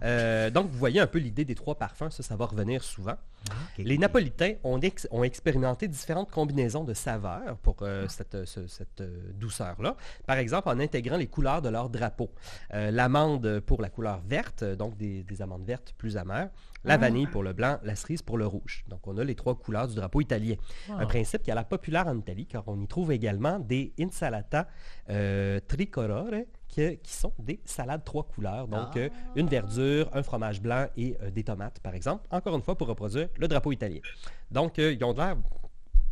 Euh, donc, vous voyez un peu l'idée des trois parfums, ça, ça va revenir souvent.
Ok.
Les Napolitains ont, ex- ont expérimenté différentes combinaisons de saveurs pour euh, cette, euh, ce- cette, euh, douceur-là. Par exemple, en intégrant les couleurs de leur drapeau. Euh, L'amande pour la couleur verte, euh, donc des, des amandes vertes plus amères. La vanille pour le blanc, la cerise pour le rouge. Donc, on a les trois couleurs du drapeau italien.
Ah.
Un principe qui a l'air populaire en Italie, car on y trouve également des insalata euh, tricolore, que- qui sont des salades trois couleurs. Donc,
Ah.
euh, une verdure, un fromage blanc et euh, des tomates, par exemple. Encore une fois, pour reproduire le drapeau italien. Donc, euh, ils ont de l'air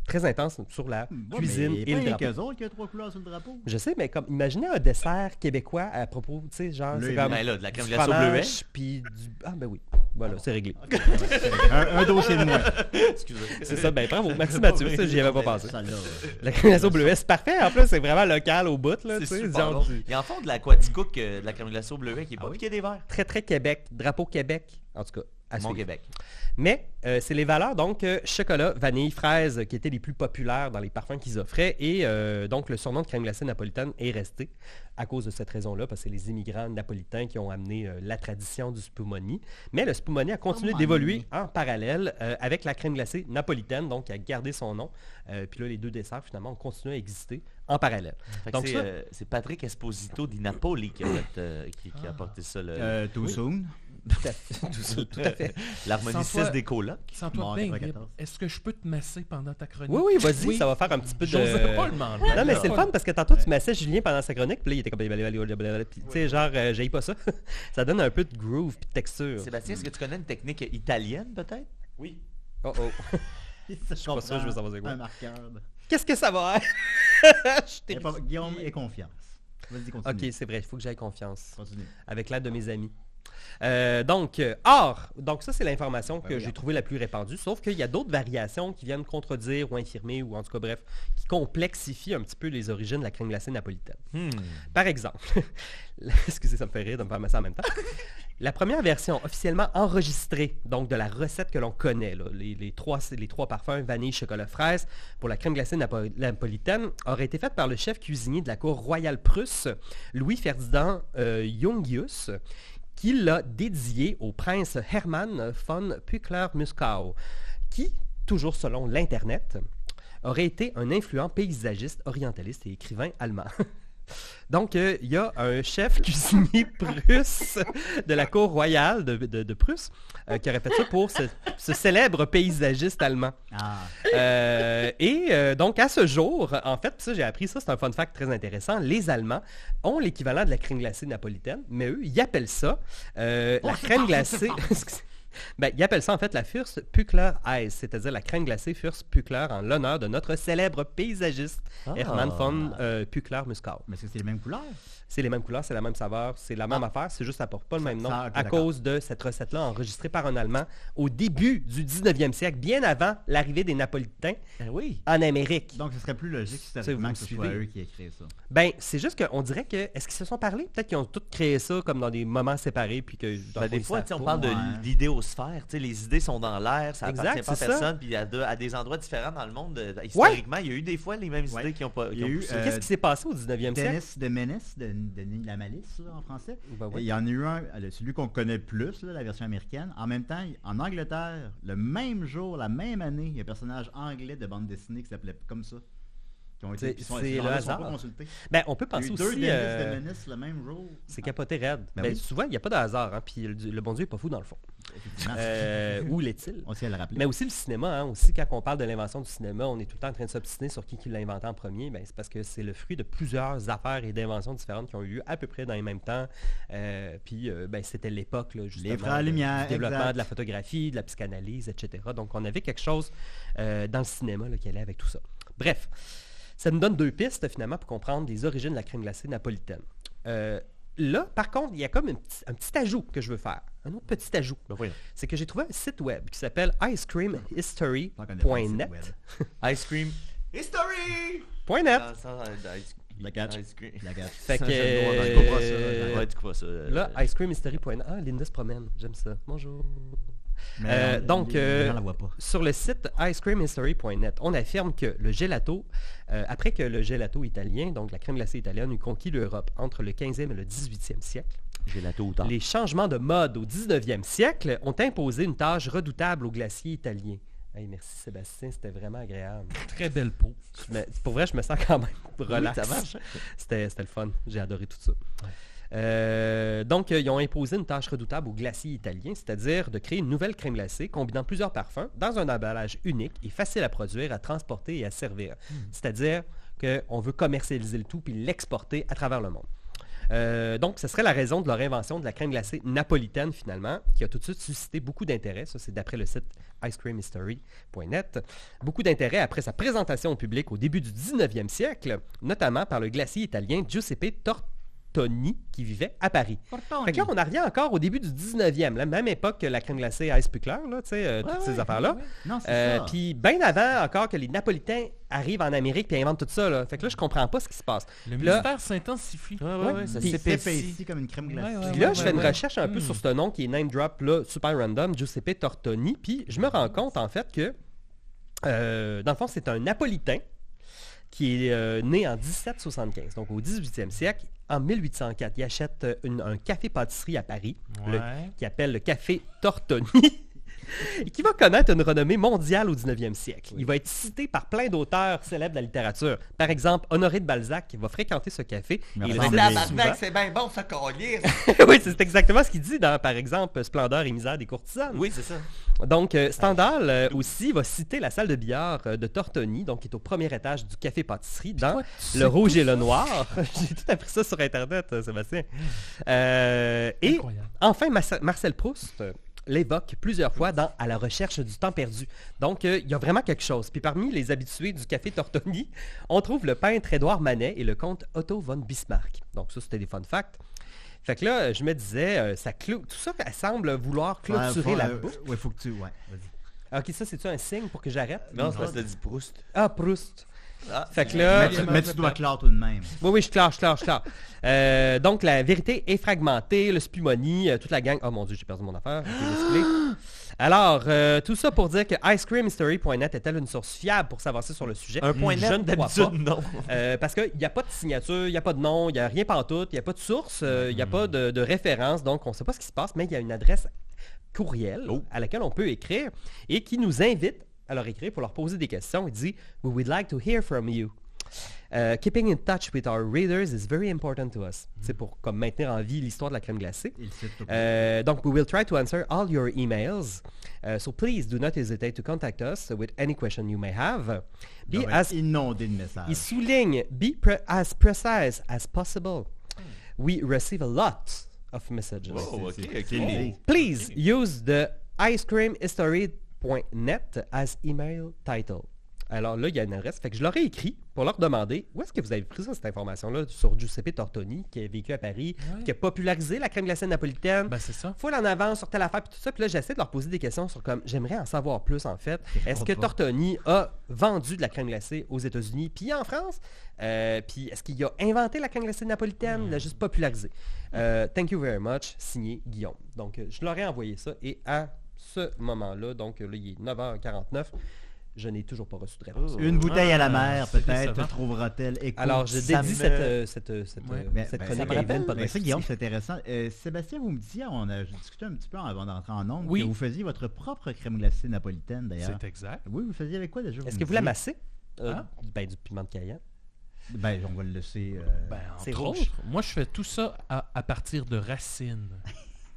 très intense sur la
Ouais,
cuisine
Hmm, mais
et le
pas
drapeau.
qu'eux autres qui a trois couleurs sur le drapeau.
Je sais, mais comme, imaginez un dessert québécois à propos, tu sais, genre,
Le
c'est
bleu.
comme
Ben là, de la
du
crème glacée au
fromage,
bleuet.
puis du... Ah, ben oui. Voilà, c'est réglé.
Ah, un, un dossier de moins.
Excusez.
C'est ça, ben bravo. Merci Mathieu, ça, j'y avais pas pensé.
Ça, là, euh,
La crème glacée au bleuet, c'est parfait. En plus, c'est vraiment local au bout,
C'est
là, tu Ah sais,
super
genre
bon.
du-
Ils en font de l'aquaticook, euh, de la crème glacée au bleuet qui est pas piquée des verres.
Très, très Québec. Drapeau Québec, en tout cas. à
Mon
suivre.
Québec.
Mais euh, c'est les valeurs, donc euh, chocolat, vanille, fraise, euh, qui étaient les plus populaires dans les parfums qu'ils offraient. Et euh, donc le surnom de crème glacée napolitaine est resté à cause de cette raison-là, parce que c'est les immigrants napolitains qui ont amené euh, la tradition du spumoni. Mais le spumoni a continué
Spumoni.
d'évoluer en parallèle euh, avec la crème glacée napolitaine, donc qui a gardé son nom. Euh, puis là, les deux desserts, finalement, ont continué à exister en parallèle.
Fait que
Donc
c'est,
ça-
euh, c'est Patrick Esposito di Napoli qui a, fait, euh, qui- qui a apporté ça, le-
euh, too soon.
Ah. Tout à fait. Tout- tout à fait.
Sans toi-
l'harmoniciste des colocs.
Sans toi,
Mort
ben,
94.
est-ce que je peux te masser pendant ta chronique?
Oui, oui, vas-y,
Oui.
ça va faire un petit peu de...
J'osais pas le demander.
Non, mais
Là.
c'est le fun parce que tantôt, tu massais Julien pendant sa chronique, puis là, il était comme... blablabla, puis, Tu sais, genre, euh, j'aille pas ça. ça donne un peu de groove puis de texture.
Sébastien, est-ce que tu connais une technique italienne, peut-être? Oui.
Oh, oh.
Je suis
pas sûr, je veux savoir c'est quoi.
Un marqueur. de-
Qu'est-ce que ça va être? Je t'ai-
Et pas- Guillaume et confiance. Vas-y, continue.
Ok, c'est vrai, il faut que j'aille confiance.
Continue.
avec l'aide de mes amis. Euh, donc, euh, or, donc ça c'est l'information
Ben
que j'ai trouvée la plus répandue, sauf qu'il y a d'autres variations qui viennent contredire ou infirmer, ou en tout cas bref, qui complexifient un petit peu les origines de la crème glacée napolitaine.
Hmm.
Par exemple, la- excusez, ça me fait rire de me faire masser en même temps. La première version officiellement enregistrée, donc de la recette que l'on connaît, là, les, les trois, les trois parfums, vanille, chocolat, fraise, pour la crème glacée napo- napolitaine, aurait été faite par le chef cuisinier de la cour royale prusse, Louis Ferdinand euh, Jungius, qui l'a dédié au prince Hermann von Pückler-Muskau, qui, toujours selon l'Internet, aurait été un influent paysagiste, orientaliste et écrivain allemand. Donc, il euh, y a un chef cuisinier prusse de la cour royale de, de- de Prusse euh, qui aurait fait ça pour ce, ce célèbre paysagiste allemand.
Ah,
Euh, et euh, donc, à ce jour, en fait, ça, j'ai appris ça, c'est un fun fact très intéressant, les Allemands ont l'équivalent de la crème glacée napolitaine, mais eux, ils appellent ça euh, la crème glacée... Ben, ils appellent ça en fait la Fürst Pückler Eis, c'est-à-dire la crème glacée Fürst Pückler en l'honneur de notre célèbre paysagiste Hermann von euh, Pückler-Muskau.
mais est-ce que c'est les mêmes couleurs?
C'est les mêmes couleurs, c'est la même saveur, c'est la même affaire, c'est juste ça porte pas le même nom
Ah. ça, ok,
à
d'accord.
cause de cette recette-là enregistrée par un Allemand au début du 19e siècle, bien avant l'arrivée des Napolitains
Ben oui.
en Amérique.
Donc, ce serait plus logique
vous
historiquement
me
que ce soit
suivez.
eux qui aient créé ça.
Ben, c'est juste qu'on dirait que... Est-ce qu'ils se sont parlé? Peut-être qu'ils ont tous créé ça comme dans des moments séparés, puis que... dans
Ben,
le fond,
des
ils
fois,
savent
tu sais, on
pas.
parle
ouais.
de l'idéosphère. tu sais, Les idées sont dans l'air, hein. ça
Exact,
appartient pas à
c'est ça.
personne. Puis à, de- à des endroits différents dans le monde, euh, historiquement, il y a eu des fois les mêmes
Ouais.
idées qui ont pas. qui
Il y a
ont
eu,
poussé.
euh,
Qu'est-ce qui s'est passé au 19e siècle?
Dennis de Menace, de, de la malice là, en français.
Ben ouais.
Il y en a eu un, euh, celui qu'on connaît plus, là, la version américaine. En même temps, en Angleterre, le même jour, la même année, il y a un personnage anglais de bande dessinée qui s'appelait comme ça. Qui ont
C'est-
été, qui sont,
c'est
ces
le
gens-là sont
hasard.
pas consultés.
Ben, on peut
Il y a
penser
eu
aussi...
deux Dennis
euh,
de Menace le même jour.
C'est capoté raide.
Ben
Ben,
oui.
Souvent, il n'y a pas de hasard, hein, puis le, le bon Dieu n'est pas fou dans le fond.
Ah, Effectivement.
Euh, où l'est-il?
on s'y est le rappelé.
Mais aussi le cinéma, hein, aussi quand on parle de l'invention du cinéma, on est tout le temps en train de s'obstiner sur qui, qui l'a inventé en premier. Ben, c'est parce que c'est le fruit de plusieurs affaires et d'inventions différentes qui ont eu lieu à peu près dans les mêmes temps. Euh, puis euh, ben, c'était l'époque, là, justement,
Les Frères
de-
Lumière,
du développement
exact.
de la photographie, de la psychanalyse, etc. Donc on avait quelque chose euh, dans le cinéma là, qui allait avec tout ça. Bref, ça nous donne deux pistes finalement pour comprendre les origines de la crème glacée napolitaine. Euh, là, par contre, il y a comme une petite- un petit ajout que je veux faire. Un autre petit ajout
Ben voyons.
c'est que j'ai trouvé un site web qui s'appelle
Tant qu'on est pas sur le
icecreamhistory.net.
web.
Ice cream. History!
Point net.
Dans le sens d'un- d'ice-
La catch.
ice cream.
La gaffe.
Fait que,
Je
comprends ça,
euh,
Ouais, tu comprends ça. euh,
là, icecreamhistory.net. Ah, Linda se promène. J'aime ça. Bonjour.
Mais
Euh,
on-
donc,
les- les gens
euh,
la voient pas.
Sur le site icecreamhistory.net, on affirme que le gelato, euh, après que le gelato italien, donc la crème glacée italienne, eut conquis l'Europe entre le 15e et le 18e siècle,
J'ai la tôt ou tard.
Les changements de mode au 19e siècle ont imposé une tâche redoutable aux glaciers italiens. Hey, merci Sébastien, c'était vraiment agréable.
Très belle peau.
Je me- pour vrai, je me sens quand même relax.
ça marche. hein.
C'était c'était le fun. J'ai adoré tout ça. Euh, donc, euh, ils ont imposé une tâche redoutable aux glaciers italiens, c'est-à-dire de créer une nouvelle crème glacée combinant plusieurs parfums dans un emballage unique et facile à produire, à transporter et à servir.
Hmm.
C'est-à-dire qu'on veut commercialiser le tout puis l'exporter à travers le monde. Euh, donc, ce serait la raison de leur invention de la crème glacée napolitaine, finalement, qui a tout de suite suscité beaucoup d'intérêt. Ça, c'est d'après le site icecreamhistory.net. Beaucoup d'intérêt après sa présentation au public au début du 19e siècle, notamment par le glacier italien Giuseppe Tortoni, qui vivait à Paris. Fait que là, on en revient encore au début du 19e, la même époque que la crème glacée Ice Pickler, là, tu sais, euh, toutes ces affaires-là.
Non, c'est
Euh,
ça.
Puis bien avant encore que les Napolitains arrivent en Amérique et inventent tout ça. Là. Fait que là, je comprends pas ce qui se passe.
Le
Là-
mystère s'intensifie.
ouais, ouais, ça
Puis
s'épaissit.
s'épaissit comme une crème glacée.
Ouais, ouais,
Puis là,
Ah ouais,
je
ouais,
fais une
ouais.
recherche un peu
Hmm.
sur ce nom qui est name drop, là, super random, Giuseppe Tortoni. Puis je me rends compte, en fait, que, euh, dans le fond, c'est un Napolitain qui est euh, né en 1775, donc au 18e siècle. En 1804, il achète euh, une- un café-pâtisserie à Paris, le-
Ouais.
qui appelle le café Tortoni. Et qui va connaître une renommée mondiale au 19e siècle. Il va être cité par plein d'auteurs célèbres de la littérature. Par exemple, Honoré de Balzac qui va fréquenter ce café. et
Merci.
il va
Ah,
citer
tabarnak,
souvent-
c'est bien bon, ça, collier.
oui, c'est exactement ce qu'il dit dans, par exemple, Splendeur et misère des courtisanes.
Oui, c'est ça.
Donc, euh, Stendhal euh, aussi va citer la salle de billard euh, de Tortoni, donc qui est au premier étage du café-pâtisserie, dans Le Rouge et le Noir. J'ai tout appris ça sur Internet, euh, Sébastien. Euh, et
Incroyable.
enfin, Marce- Marcel Proust euh, l'évoque plusieurs fois dans À la recherche du temps perdu. Donc, euh, il y a vraiment quelque chose. Puis parmi les habitués du café Tortoni, on trouve le peintre Édouard Manet et le comte Otto von Bismarck. Donc, ça, c'était des fun facts. Fait que là, euh, je me disais, euh, ça clôt... tout ça elle semble vouloir clôturer
Ouais, faut-
la
euh,
boucle.
Ouais, faut que tu... Ouais, vas-y.
Ok, ça, c'est-tu un signe pour que j'arrête?
Non, c'est parce que t'as dit Proust.
Ah, Proust.
Ah.
Fait que là...
mais, tu, mais
euh,
tu dois clore tout de même.
Oui, oui, je clash, je clash, je clash. Euh, donc, la vérité est fragmentée, le spumonie, euh, toute la gang... Oh mon Dieu, j'ai perdu mon affaire. Je vais vous expliquer. Alors, euh, tout ça pour dire que icecreamhistory.net est-elle une source fiable pour s'avancer sur le sujet
Un point
Je
net,
ne crois pas.
Mmh. d'habitude, non.
Euh, parce qu'il n'y a pas de signature, il n'y a pas de nom, il n'y a rien pantoute, il n'y a pas de source, euh, il n'y a pas de, de référence, donc on ne sait pas ce qui se passe, mais il y a une adresse courriel à laquelle on peut écrire et qui nous invite à leur écrire pour leur poser des questions. Il dit « We would like to hear from you ». Euh, keeping in touch with our readers is very important to us. C'est pour comme maintenir en vie l'histoire de la crème glacée.
Il cite tout.
Euh, donc, we will try to answer all your emails. Euh, so please do not hesitate to contact us with any question you may have. Be
Il
as
inondé de
il
messages.
souligne be pre- as precise as possible. We receive a lot of messages.
Wow, ok,
c'est-
ok.
c'est-
Please use the icecreamhistory.net as email title. Alors là, il y a une adresse. Fait que je leur ai écrit pour leur demander où est-ce que vous avez pris ça, cette information-là sur Giuseppe Tortoni, qui a vécu à Paris,
Ouais.
qui a popularisé la crème glacée napolitaine.
Ben, c'est ça.
faut aller en avant sur telle affaire, puis tout ça. Puis là, j'essaie de leur poser des questions sur comme, j'aimerais en savoir plus, en fait. Est-ce que
comprends.
Tortoni a vendu de la crème glacée aux États-Unis, puis en France? Euh, puis est-ce qu'il a inventé la crème glacée napolitaine? Il l'a juste popularisée. Euh, thank you very much, signé Guillaume. Donc, euh, je leur ai envoyé ça, et à ce moment-là, donc euh, là, il est 9h49, je n'ai toujours pas reçu de réponse.
Une bouteille à la mer,
c'est
peut-être,
décevant.
trouvera-t-elle écho.
Alors, je
Ça me-
dédie cette, euh, cette, euh, cette,
Ouais.
euh,
Mais-
cette
ben,
chronique
ça
à
me
Evan
rappelle-
Mais ça,
Podresti.
Guillaume, c'est intéressant. Euh, Sébastien, vous me disiez, on a discuté un petit peu avant d'entrer en ondes,
Oui.
que vous faisiez votre propre crème glacée napolitaine, d'ailleurs.
C'est exact.
Oui, vous faisiez avec quoi déjà
Est-ce
me
que vous
disiez?
l'amassez? Euh,
Hein?
Ben, du piment de Cayenne.
Ben, on va le laisser. euh,
Ben,
C'est
entre
rouge.
autres, moi, je fais tout ça à, à partir de racines.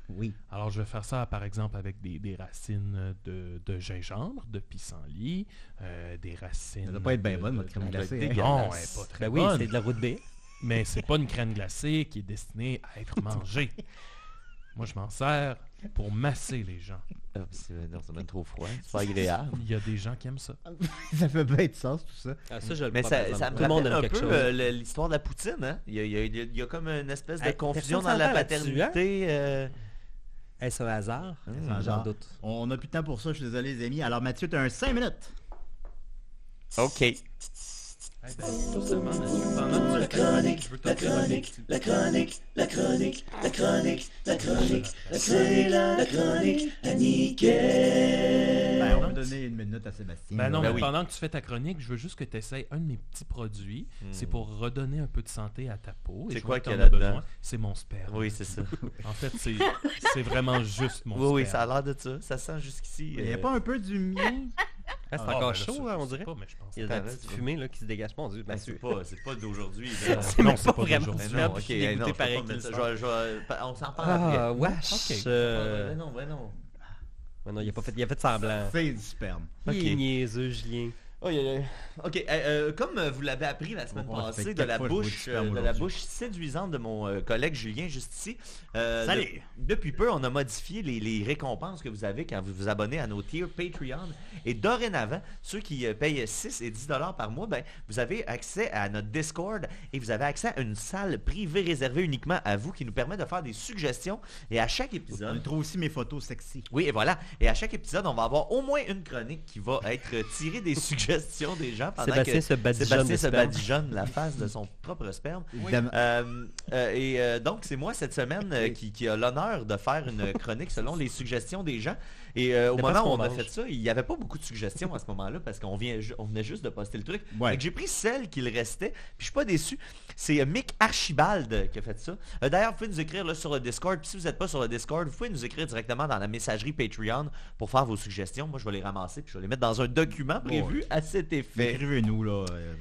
Oui.
Alors, je vais faire ça, par exemple, avec des, des racines de, de gingembre, de pissenlit, euh, des racines...
Ça doit pas être bien
de-
bonne,
de-
votre crème
de-
glacée,
de-
hein.
Non, elle est Ah, pas très
Ben oui,
bonne.
c'est de la route B.
Mais c'est pas une crème glacée qui est destinée à être mangée. Moi, je m'en sers pour masser les gens.
Ah, c'est- non, c'est même trop froid. C'est pas agréable.
Il y a des gens qui aiment ça.
ça fait bien de sens, tout ça.
Ah, ça, je le
Mais
prends, par
ça,
exemple.
ça me
Tout le monde
rappelle
aime
un
quelque
peu
chose.
euh, le- l'histoire de la poutine. Hein? Il, y a, il y a- il y a comme une espèce de
Hey,
confusion dans la
personne s'entend là-dessus, hein?
paternité. euh,
Est-ce un hasard?
un
J'en
hasard.
doute.
On n'a plus de temps pour ça, je suis désolé, les amis. Alors, Mathieu, tu as un 5 minutes.
OK.
euh,
Ben, on va donner une minute à Sébastien.
Ben non,
Ben
mais
oui.
pendant que tu fais ta chronique, je veux juste que tu essayes un de mes petits produits. C'est pour redonner un peu de santé à ta peau. et
Hmm. C'est
je
quoi
vois que
qu'il y a
t'en as
là-dedans?
besoin. C'est mon sperme.
Oui, c'est ça.
En fait, c'est c'est vraiment juste mon
oui, oui, ça
sperme.
a l'air de ça. Ça sent jusqu'ici.
Il n'y a
euh,
pas un peu du mien
Ah, c'est
Ah, ben
encore
là,
chaud,
ça,
hein,
je
on
sais
dirait.
pas, mais je pense
Il y a de
Attends,
la
là,
petite
tu vois.
fumée là, qui se dégage. Mon Dieu,
ben,
Mathieu.
c'est pas, c'est pas d'aujourd'hui.
C'est
Non,
même
c'est
pas
pas
vraiment
d'aujourd'hui.
du
Non,
merde,
ok,
je suis dégoûté
non, je peux pas
pareil
mettre
tout
ça.
le
Je
soir.
vais- je vais- pa- on s'en parle
Ah,
après.
wesh!
Ok.
euh,
non, ben non.
ouais, non, il a pas fait, il a fait semblant.
C'est du sperme.
Ok.
Il est niaiseux, Julien.
Ok, euh, euh, comme euh, vous l'avez appris la semaine
On va faire
passée, de
quatre
la
fois, je vois du
bouche,
sperme
euh, de la
aujourd'hui.
bouche séduisante de mon euh, collègue Julien juste ici. euh,
Salut.
de- depuis peu, on a modifié les, les récompenses que vous avez quand vous vous abonnez à nos tiers Patreon. Et dorénavant, ceux qui euh, payent 6 et 10 dollars par mois, ben, vous avez accès à notre Discord et vous avez accès à une salle privée réservée uniquement à vous qui nous permet de faire des suggestions. Et à chaque
On
épisode,
y trouve aussi mes photos sexy.
oui, et voilà. Et à chaque épisode, on va avoir au moins une chronique qui va être tirée des suggestions des gens pendant
Ah, euh, Sébastien
que
se badigeonne
Sébastien
de
se
sperme.
badigeonne la face de son propre sperme.
Évidemment.
Euh, euh, et euh, donc, c'est moi cette semaine euh, qui, qui a l'honneur de faire une chronique selon les suggestions des gens. Et euh, au
Dépend ce
moment où
qu'on
on a
mange.
fait ça, il n'y avait pas beaucoup de suggestions à ce moment-là parce qu'on vient ju- on venait juste de poster le truc.
Ouais.
Fait que j'ai pris celle qu'il restait, puis je suis pas déçu. C'est euh, Mick Archibald qui a fait ça. Euh, D'ailleurs, vous pouvez nous écrire là, sur le Discord. Puis si vous n'êtes pas sur le Discord, vous pouvez nous écrire directement dans la messagerie Patreon pour faire vos suggestions. Moi, je vais les ramasser, puis je vais les mettre dans un document prévu à cet effet.
Écrivez-nous, là. euh,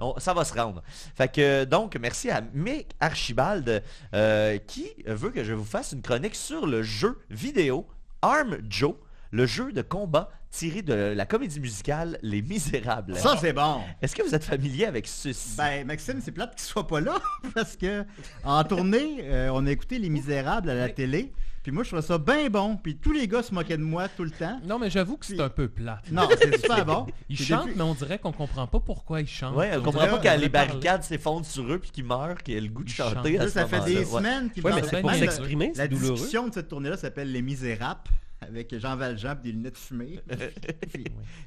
On- ça va se rendre. Fait que euh, donc, merci à Mick Archibald euh, qui veut que je vous fasse une chronique sur le jeu vidéo Arm Joe, le jeu de combat tiré de la comédie musicale Les Misérables.
Ça, c'est bon.
Est-ce que vous êtes familier avec
euh,
ceci?
Ben, Maxime, c'est plate qu'il soit pas là parce que en tournée, euh, on a écouté Les Misérables à la télé. Puis moi, je trouvais ça bien bon. Puis tous les gars se moquaient de moi tout le temps.
Non, mais j'avoue que c'est un peu plat.
Non, c'est super Ah, bon.
Ils
Puis
chantent,
depuis-
mais on dirait qu'on comprend pas pourquoi ils chantent.
Ouais, on comprend
dirait-
pas
on
quand
dirait
les
parler.
barricades s'effondrent sur eux puis qu'ils meurent, qu'il y a le goût de
Ils chantent.
chanter à
Là,
ce
ça fait des
moment-là. Ouais.
semaines qu'ils
Oui,
me
mais
parlaient.
c'est
c'est
pour
même-
Même la-
s'exprimer,
La
c'est douloureux.
discussion de cette tournée-là s'appelle Les Misérables. avec Jean Valjean pis des lunettes fumées. puis,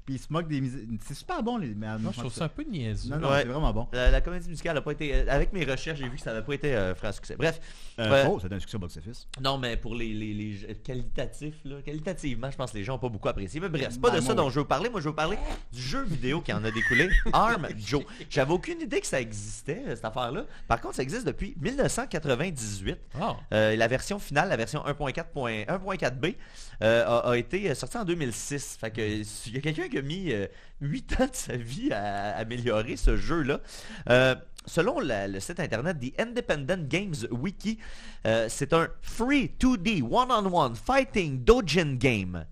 puis il se moque des mis- C'est super bon, les mais
Moi, je trouve ça un peu niaiseux.
Non, non,
Ouais. Euh,
c'est vraiment bon.
La, la comédie musicale n'a pas été. euh, Avec mes recherches, j'ai vu que ça n'avait pas été euh, franc succès. Bref.
Euh,
euh,
Oh, c'est un succès au box-office.
Non, mais pour les, les, les jeux qualitatifs, là, qualitativement, je pense que les gens n'ont pas beaucoup apprécié. Mais bref, c'est pas
Ben,
de ça
moi,
dont
oui.
je veux parler. Moi, je veux parler du jeu vidéo qui en a découlé, Arm Joe. J'avais aucune idée que ça existait, euh, cette affaire-là. Par contre, ça existe depuis 1998.
Ah.
Euh, la version finale, la version 1.4.1.4b, euh, a, a été euh, sortie en 2006. Fait que euh, il y a quelqu'un qui a mis 8 ans de sa vie à, améliorer ce jeu-là. Euh, selon la- le site internet The Independent Games Wiki, euh, c'est un free 2D one-on-one fighting dojin game.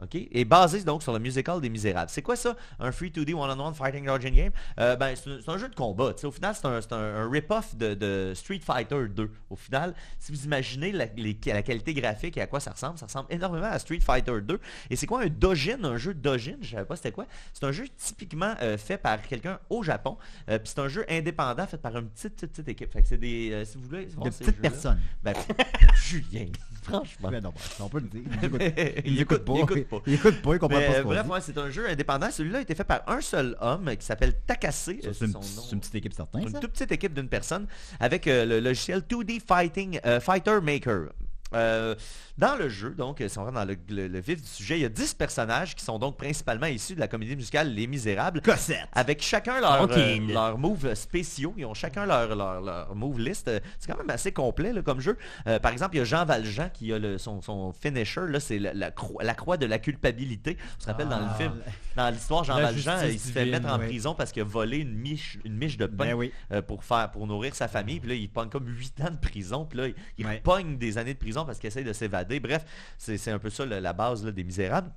OK? Et basé donc sur le musical des Misérables. C'est quoi ça? Un free 2D one-on-one fighting origin game? Euh, ben, c'est un- c'est un jeu de combat. tu sais. Au final, c'est un, c'est un- un rip-off de, de Street Fighter 2. Au final, si vous imaginez la, les- la qualité graphique et à quoi ça ressemble, ça ressemble énormément à Street Fighter 2. Et c'est quoi un dojin? Un jeu dojin? Je savais pas c'était quoi. C'est un jeu typiquement euh, fait par quelqu'un au Japon. Euh, Puis c'est un jeu indépendant fait par une petite, petite, petite équipe. Fait que c'est des... euh, si vous voulez... voir
De
ces
petites
jeux-là,
personnes.
Ben, Julien, franchement.
Ouais, non, bah, on peut le dire. Ils écoutent pas.
Il
Ils
écoute-
écoutent pas.
il écoute pas.
Ils écoutent pas, ils comprennent
Mais,
pas ce
euh,
qu'on
bref,
dit.
ouais, c'est un jeu indépendant. Celui-là a été fait par un seul homme euh, qui s'appelle Takasse.
Ça,
euh,
C'est une,
son nom.
c'est une petite équipe certaine,
Une
ça.
toute petite équipe d'une personne avec euh, le logiciel 2D Fighting euh, Fighter Maker. Euh, dans le jeu, donc, euh, si on rentre dans le, le- le vif du sujet, il y a 10 personnages qui sont donc principalement issus de la comédie musicale Les Misérables.
Cossette.
Avec chacun leur,
Mon team.
euh, leurs moves spéciaux. Ils ont chacun leur, leur, leur move list. Euh, C'est quand même assez complet là, comme jeu. Euh, par exemple, il y a Jean Valjean qui a le- son, son finisher. Là, c'est la, la croix, la croix de la culpabilité. On se rappelle dans le film,
Ah,
dans l'histoire, Jean
Ah. La
Valjean,
justice
il se fait
divine,
mettre en
ouais.
prison parce qu'il a volé une miche, une miche de pain
Ben oui.
euh, pour, faire, pour nourrir sa famille. Puis là, il pogne comme 8 ans de prison. Puis là, il, il
Ouais.
repogne des années de prison parce qu'il essaye de s'évader. Bref, c'est c'est un peu ça le- la base là, des misérables.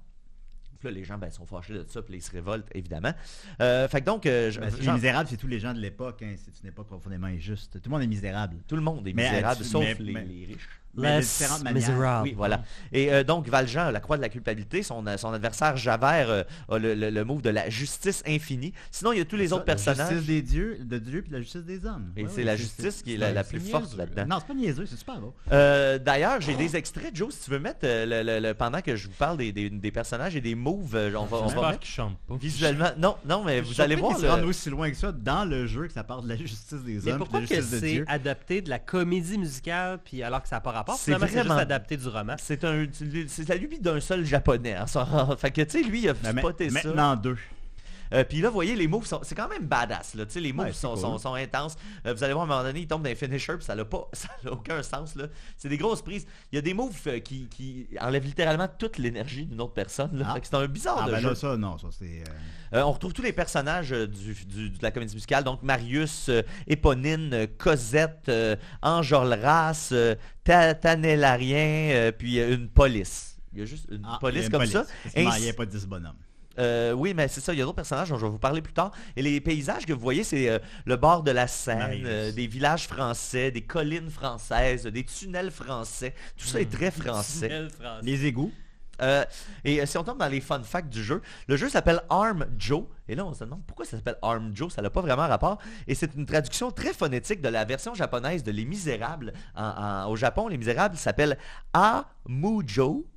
Puis là, les gens ben, sont fâchés de ça, puis là, ils se révoltent, évidemment. Euh, fait que donc, euh, je-
Ben, c'est- Les
Jean-
misérables, c'est tous les gens de l'époque. hein. C'est une époque profondément injuste. Tout le monde est misérable.
tout le monde est
Mais, euh,
misérable,
tu-
sauf
mais-
les-
mais- Ah,
les riches.
Mais de différentes manières.
Oui, voilà. Et euh, donc, Valjean, a la croix de la culpabilité, son, euh, son adversaire Javert euh, a le, le- le move de la justice infinie. Sinon, il y a tous les
Ça,
autres personnages.
La justice des dieux, de Dieu puis la justice des hommes.
Et
Ouais,
c'est
ouais,
la justice qui est la,
c'est-
la
c'est
plus
niaiseux.
forte là-dedans.
Non, c'est pas niaiseux, c'est super beau.
Euh, D'ailleurs, j'ai des extraits, Joe, si tu veux mettre, euh, le, le- le- pendant que je vous parle des, des- des personnages et des moves, euh, on va, on va
J'espère
mettre
qu'ils chantent pas.
visuellement. Non, non, mais vous allez voir.
le...
le-
rendre aussi loin que ça dans le jeu que ça parle de la justice des hommes puis
Mais
de
pourquoi
la
que
justice de
c'est
Dieu.
adapté de la comédie musicale, puis alors que ça n'a pas rapport,
C'est
finalement, c'est juste
vraiment-
adapté du roman.
C'est un, c'est la lubie d'un seul japonais. hein, ça. fait que tu sais, lui, il a
Ben, mais-
spoté ça.
Maintenant deux.
Euh, Puis là, vous voyez, les moves sont. C'est quand même badass. Là. Tu sais, Les moves
Ouais, c'est
sont,
cool.
sont- sont intenses. Euh, vous allez voir, à un moment donné, il tombe dans les finishers, puis ça n'a pas. Ça n'a aucun sens. là. C'est des grosses prises. Il y a des moves euh, qui, qui enlèvent littéralement toute l'énergie d'une autre personne. là.
Ah.
Fait que c'est un bizarre
Ah
de
ben
jeu.
là, ça, non, ça c'est... euh,
Euh, on retrouve tous les personnages euh, du, du- de la comédie musicale, donc Marius, euh, Éponine, euh, Cosette, euh, Enjolras, euh, Ta- Tanelarien, euh, puis euh, une police. Il y a juste une
ah, il y a
police
une
comme ça.
Parce que non,
Ainsi-
il n'y a pas de 10 bonhommes.
Euh, oui, mais c'est ça, il y a d'autres personnages dont je vais vous parler plus tard. Et les paysages que vous voyez, c'est euh, le bord de la Seine,
Marius.
euh, des villages français, des collines françaises, des tunnels français. Tout ça
Hmm.
est très français.
Les égouts.
Euh, et euh, si on tombe dans les fun facts du jeu, le jeu s'appelle Arm Joe. Et là, on se demande pourquoi ça s'appelle Arm Joe, ça n'a pas vraiment rapport. Et c'est une traduction très phonétique de la version japonaise de Les Misérables. En- en- au Japon, Les Misérables s'appelle Amujo.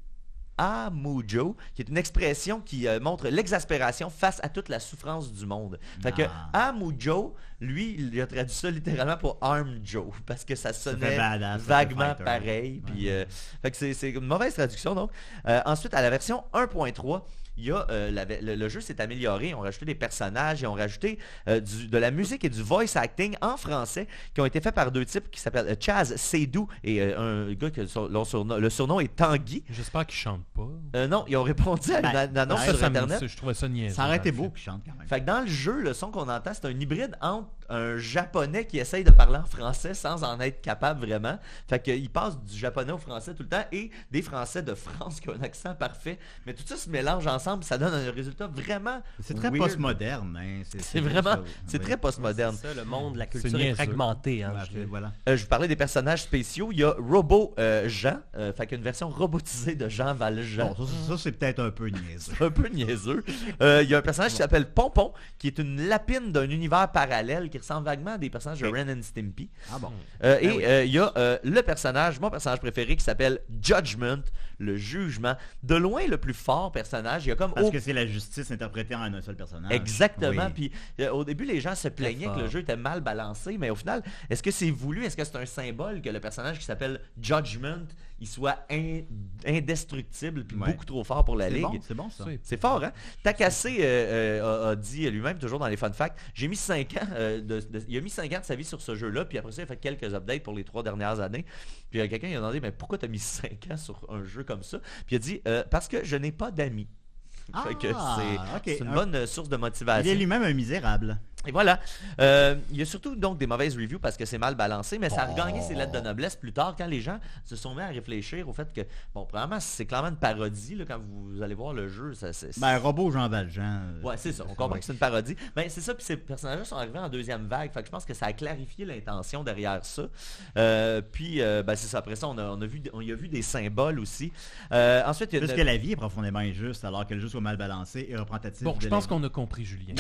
Amujo, qui est une expression qui euh, montre l'exaspération face à toute la souffrance du monde. Fait que
Ah.
Amujo, lui, il a traduit ça littéralement pour Arm Joe, parce que ça sonnait
badass, ça fait
vaguement
fighter.
pareil. Puis,
Ouais.
euh, fait que c'est- c'est une mauvaise traduction, donc. Euh, ensuite, à la version 1.3, il y a, euh, la- le, le jeu s'est amélioré. Ils ont rajouté des personnages, ils ont rajouté euh, du- de la musique et du voice acting en français qui ont été faits par deux types qui s'appellent euh, Chaz Seydoux et euh, un gars que son- leur surnom- le surnom est Tanguy.
J'espère qu'ils chantent pas.
Euh, non, ils ont répondu à une,
Ben,
une annonce
Ça,
sur
ça me-
Internet.
ça, je trouvais ça niaiseux.
Ça aurait été
dans
beau
le
qu'ils chantent quand même.
Fait que dans le jeu, le son qu'on entend, c'est un hybride entre un japonais qui essaye de parler en français sans en être capable vraiment. Fait qu'il passe du japonais au français tout le temps et des français de France qui ont un accent parfait. Mais tout ça se mélange ensemble, ça donne un résultat vraiment.
C'est très
weird.
postmoderne. Hein.
C'est vraiment,
ça,
c'est
oui.
très postmoderne.
Ça, le monde, la
C'est
culture est,
niaiseux.
fragmentée. hein,
Ouais,
je
c'est-
le-
Voilà.
Euh, je vous parlais des personnages spéciaux. Il y a Robo euh, Jean, euh, fait qu'une version robotisée de Jean Valjean.
Bon, ça, ça, ça, c'est peut-être un peu niaiseux.
un peu niaiseux. Euh, Il y a un personnage qui s'appelle Pompon, qui est une lapine d'un univers parallèle qui ressemblent vaguement à des personnages de Ren and Stimpy.
Ah bon.
Euh, et euh, il y a euh, le personnage, mon personnage préféré, qui s'appelle Judgment, le jugement. De loin, le plus fort personnage. Il y a comme
Parce
aucun-
que c'est la justice interprétée en un seul personnage.
Exactement.
Oui.
Puis euh, au début, les gens se plaignaient que le jeu était mal balancé, mais au final, est-ce que c'est voulu Est-ce que c'est un symbole que le personnage qui s'appelle Judgment, il soit in- indestructible puis
Ouais.
beaucoup trop fort pour la
c'est
ligue
bon, c'est bon ça.
c'est fort, hein? Takassé euh, euh, a, a dit lui-même, toujours dans les fun facts, j'ai mis 5 ans, euh, de- de- il a mis 5 ans de sa vie sur ce jeu-là, puis après ça, il a fait quelques updates pour les 3 dernières années. Puis euh, quelqu'un il a demandé, mais pourquoi tu as mis 5 ans sur un jeu comme ça? Puis il a dit, Euh, parce que je n'ai pas d'amis. Fait que
Ah,
c'est
ok.
c'est une
Un-
bonne euh, source de
Il est
motivation.
lui-même un misérable.
Et voilà. Euh, il y a surtout donc des mauvaises reviews parce que c'est mal balancé, mais ça a regagné ses lettres de noblesse plus tard quand les gens se sont mis à réfléchir au fait que, bon, premièrement, c'est clairement une parodie là, quand vous allez voir le jeu. Ça, c'est-
Ben, robot Jean Valjean. euh,
Ouais, c'est ça. On comprend que c'est une parodie. Mais c'est ça, puis ces personnages sont arrivés en deuxième vague. Fait que je pense que ça a clarifié l'intention derrière ça. Euh, puis, euh, ben, c'est ça. Après ça, on a, on a vu, on y a vu des symboles aussi. Euh, ensuite, il y a...
Parce
de-
que la vie est profondément injuste alors que le jeu soit mal balancé et représentatif.
Bon,
de
je
la
pense
vie.
qu'on a compris, Julien.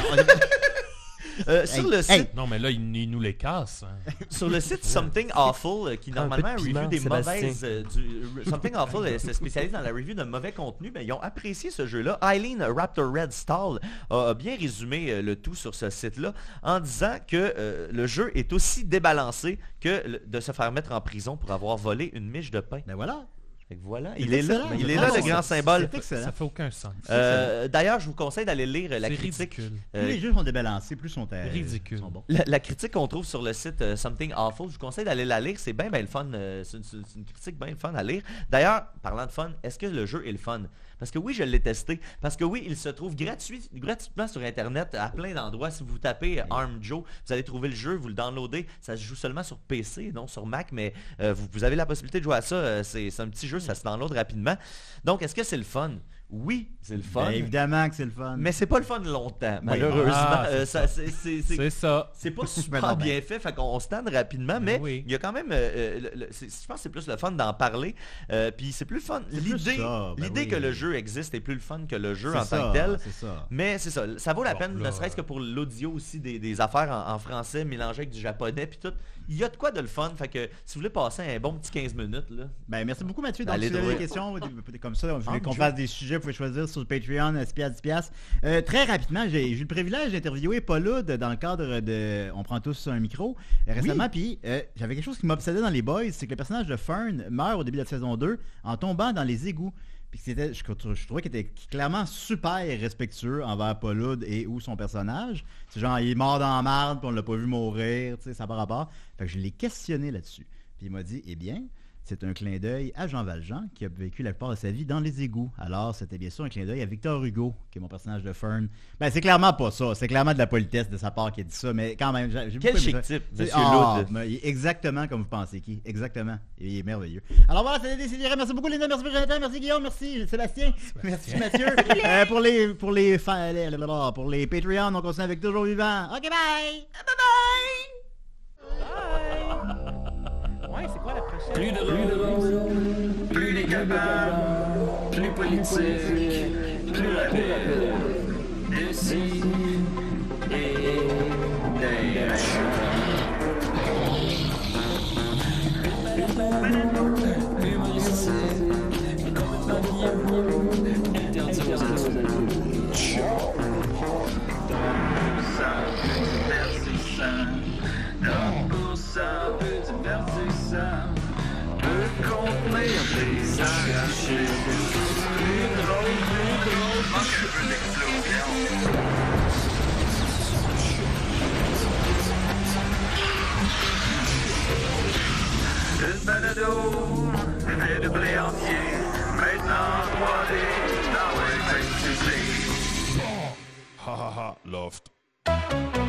euh, sur, le
hey.
site,
Non, mais là, il, il nous les casse. hein.
sur le site Something Awful, euh, qui
Prends un peu de
normalement review
piment,
des
Sébastien.
mauvaises... euh, du- Something Awful euh, se spécialise dans la review de mauvais contenu, mais ils ont apprécié ce jeu-là. Eileen Raptor Red Stall a a bien résumé euh, le tout sur ce site-là en disant que euh, le jeu est aussi débalancé que le- de se faire mettre en prison pour avoir volé une miche de pain.
Ben voilà.
Fait que voilà, il est là,
excellent.
il est là
Ah,
le
c'est-
grand symbole.
C'est excellent.
Ça fait aucun sens.
Euh, D'ailleurs, je vous conseille d'aller lire euh, la
C'est
critique.
ridicule.
Plus
euh,
les jeux sont débalancés, plus sont euh,
Ridicule.
sont bons.
La, la critique qu'on trouve sur le site euh, Something Awful, je vous conseille d'aller la lire, c'est bien bien le fun, euh, c'est une, c'est une- c'est une critique bien le fun à lire. D'ailleurs, parlant de fun, est-ce que le jeu est le fun Parce que oui, je l'ai testé, parce que oui, il se trouve gratuit, gratuitement sur Internet à plein d'endroits. Si vous tapez euh, Arm Joe, vous allez trouver le jeu, vous le downloadez, ça se joue seulement sur PC, non sur Mac, mais euh, vous, vous avez la possibilité de jouer à ça, Euh, c'est c'est un petit jeu, ça se download rapidement. Donc, est-ce que c'est le fun Oui, c'est le fun.
Ben, évidemment que c'est le fun.
mais c'est pas le fun longtemps, malheureusement.
Ah, c'est
Euh, ça- c'est- c'est- c'est-
C'est ça.
c'est pas
Ben
super
non, ben.
bien fait, fait qu'on se tente rapidement, mais
Ben oui.
il y a quand même, euh, euh, le- le- c'est- je pense que c'est plus le fun d'en parler, euh, puis c'est plus le fun,
plus
l'idée
ça, ben
l'idée
oui.
que le jeu existe est plus le fun que le jeu
C'est
en
ça,
tant que tel.
C'est ça.
Mais c'est ça, ça vaut la
Bon,
peine,
là,
ne serait-ce que pour l'audio aussi, des, des affaires en, en français mélangées avec du japonais, puis tout. Il y a de quoi de le fun, fait que si vous voulez passer un bon petit 15 minutes, là,
Ben, merci beaucoup, Mathieu. Donc,
Allez
si vous avez des
trouver. Ah,
questions, des- comme ça, vous voulez qu'on
Andrew.
fasse des sujets, vous pouvez choisir sur le Patreon, euh, 10 piastres, 10 piastres. Euh, très rapidement, j'ai j'ai eu le privilège d'interviewer Paul Hood dans le cadre de On prend tous un micro euh, récemment, puis euh, j'avais quelque chose qui m'obsédait dans les boys, c'est que le personnage de Fern meurt au début de la saison 2 en tombant dans les égouts. Puis que c'était, je, trou- je trouvais qu'il était clairement super respectueux envers Paul Hood et ou son personnage. C'est genre, il est mort dans la marde, puis on l'a pas vu mourir, tu sais, ça par rapport. Fait que je l'ai questionné là-dessus. Puis il m'a dit, eh bien, c'est un clin d'œil à Jean Valjean, qui a vécu la plupart de sa vie dans les égouts. Alors, c'était bien sûr un clin d'œil à Victor Hugo, qui est mon personnage de Fern. Ben, c'est clairement pas ça. C'est clairement de la politesse de sa part qui a dit ça, mais quand même, j'ai j'ai
quel
beaucoup aimé
chic
ça.
type,
C'est-
monsieur
ah,
Loud.
mais il est exactement comme vous pensez qui. Exactement. Il est merveilleux. Alors voilà, c'était décidé. Merci beaucoup Linda, merci beaucoup Jonathan, merci Guillaume, merci Sébastien, merci Mathieu. Euh, pour les pour les fa- les- les- les- pour les Patreon, on continue avec toujours vivant. OK, bye.
Plus de rose, plus les capables, plus politique, plus rapide. D'ici et d'ailleurs. Humoristique, complètement bienvenu, interdit aux adultes. Ciao. ça, divertissant. Dans tout ça, peu divertissant. Peut contenir des arrachés. Plus drôle, plus drôle. Manque un peu d'explosion. Une balado, fait de blé entier. Maintenant, Ah 3D, dans l'électricité.
Ha ha ha, loved.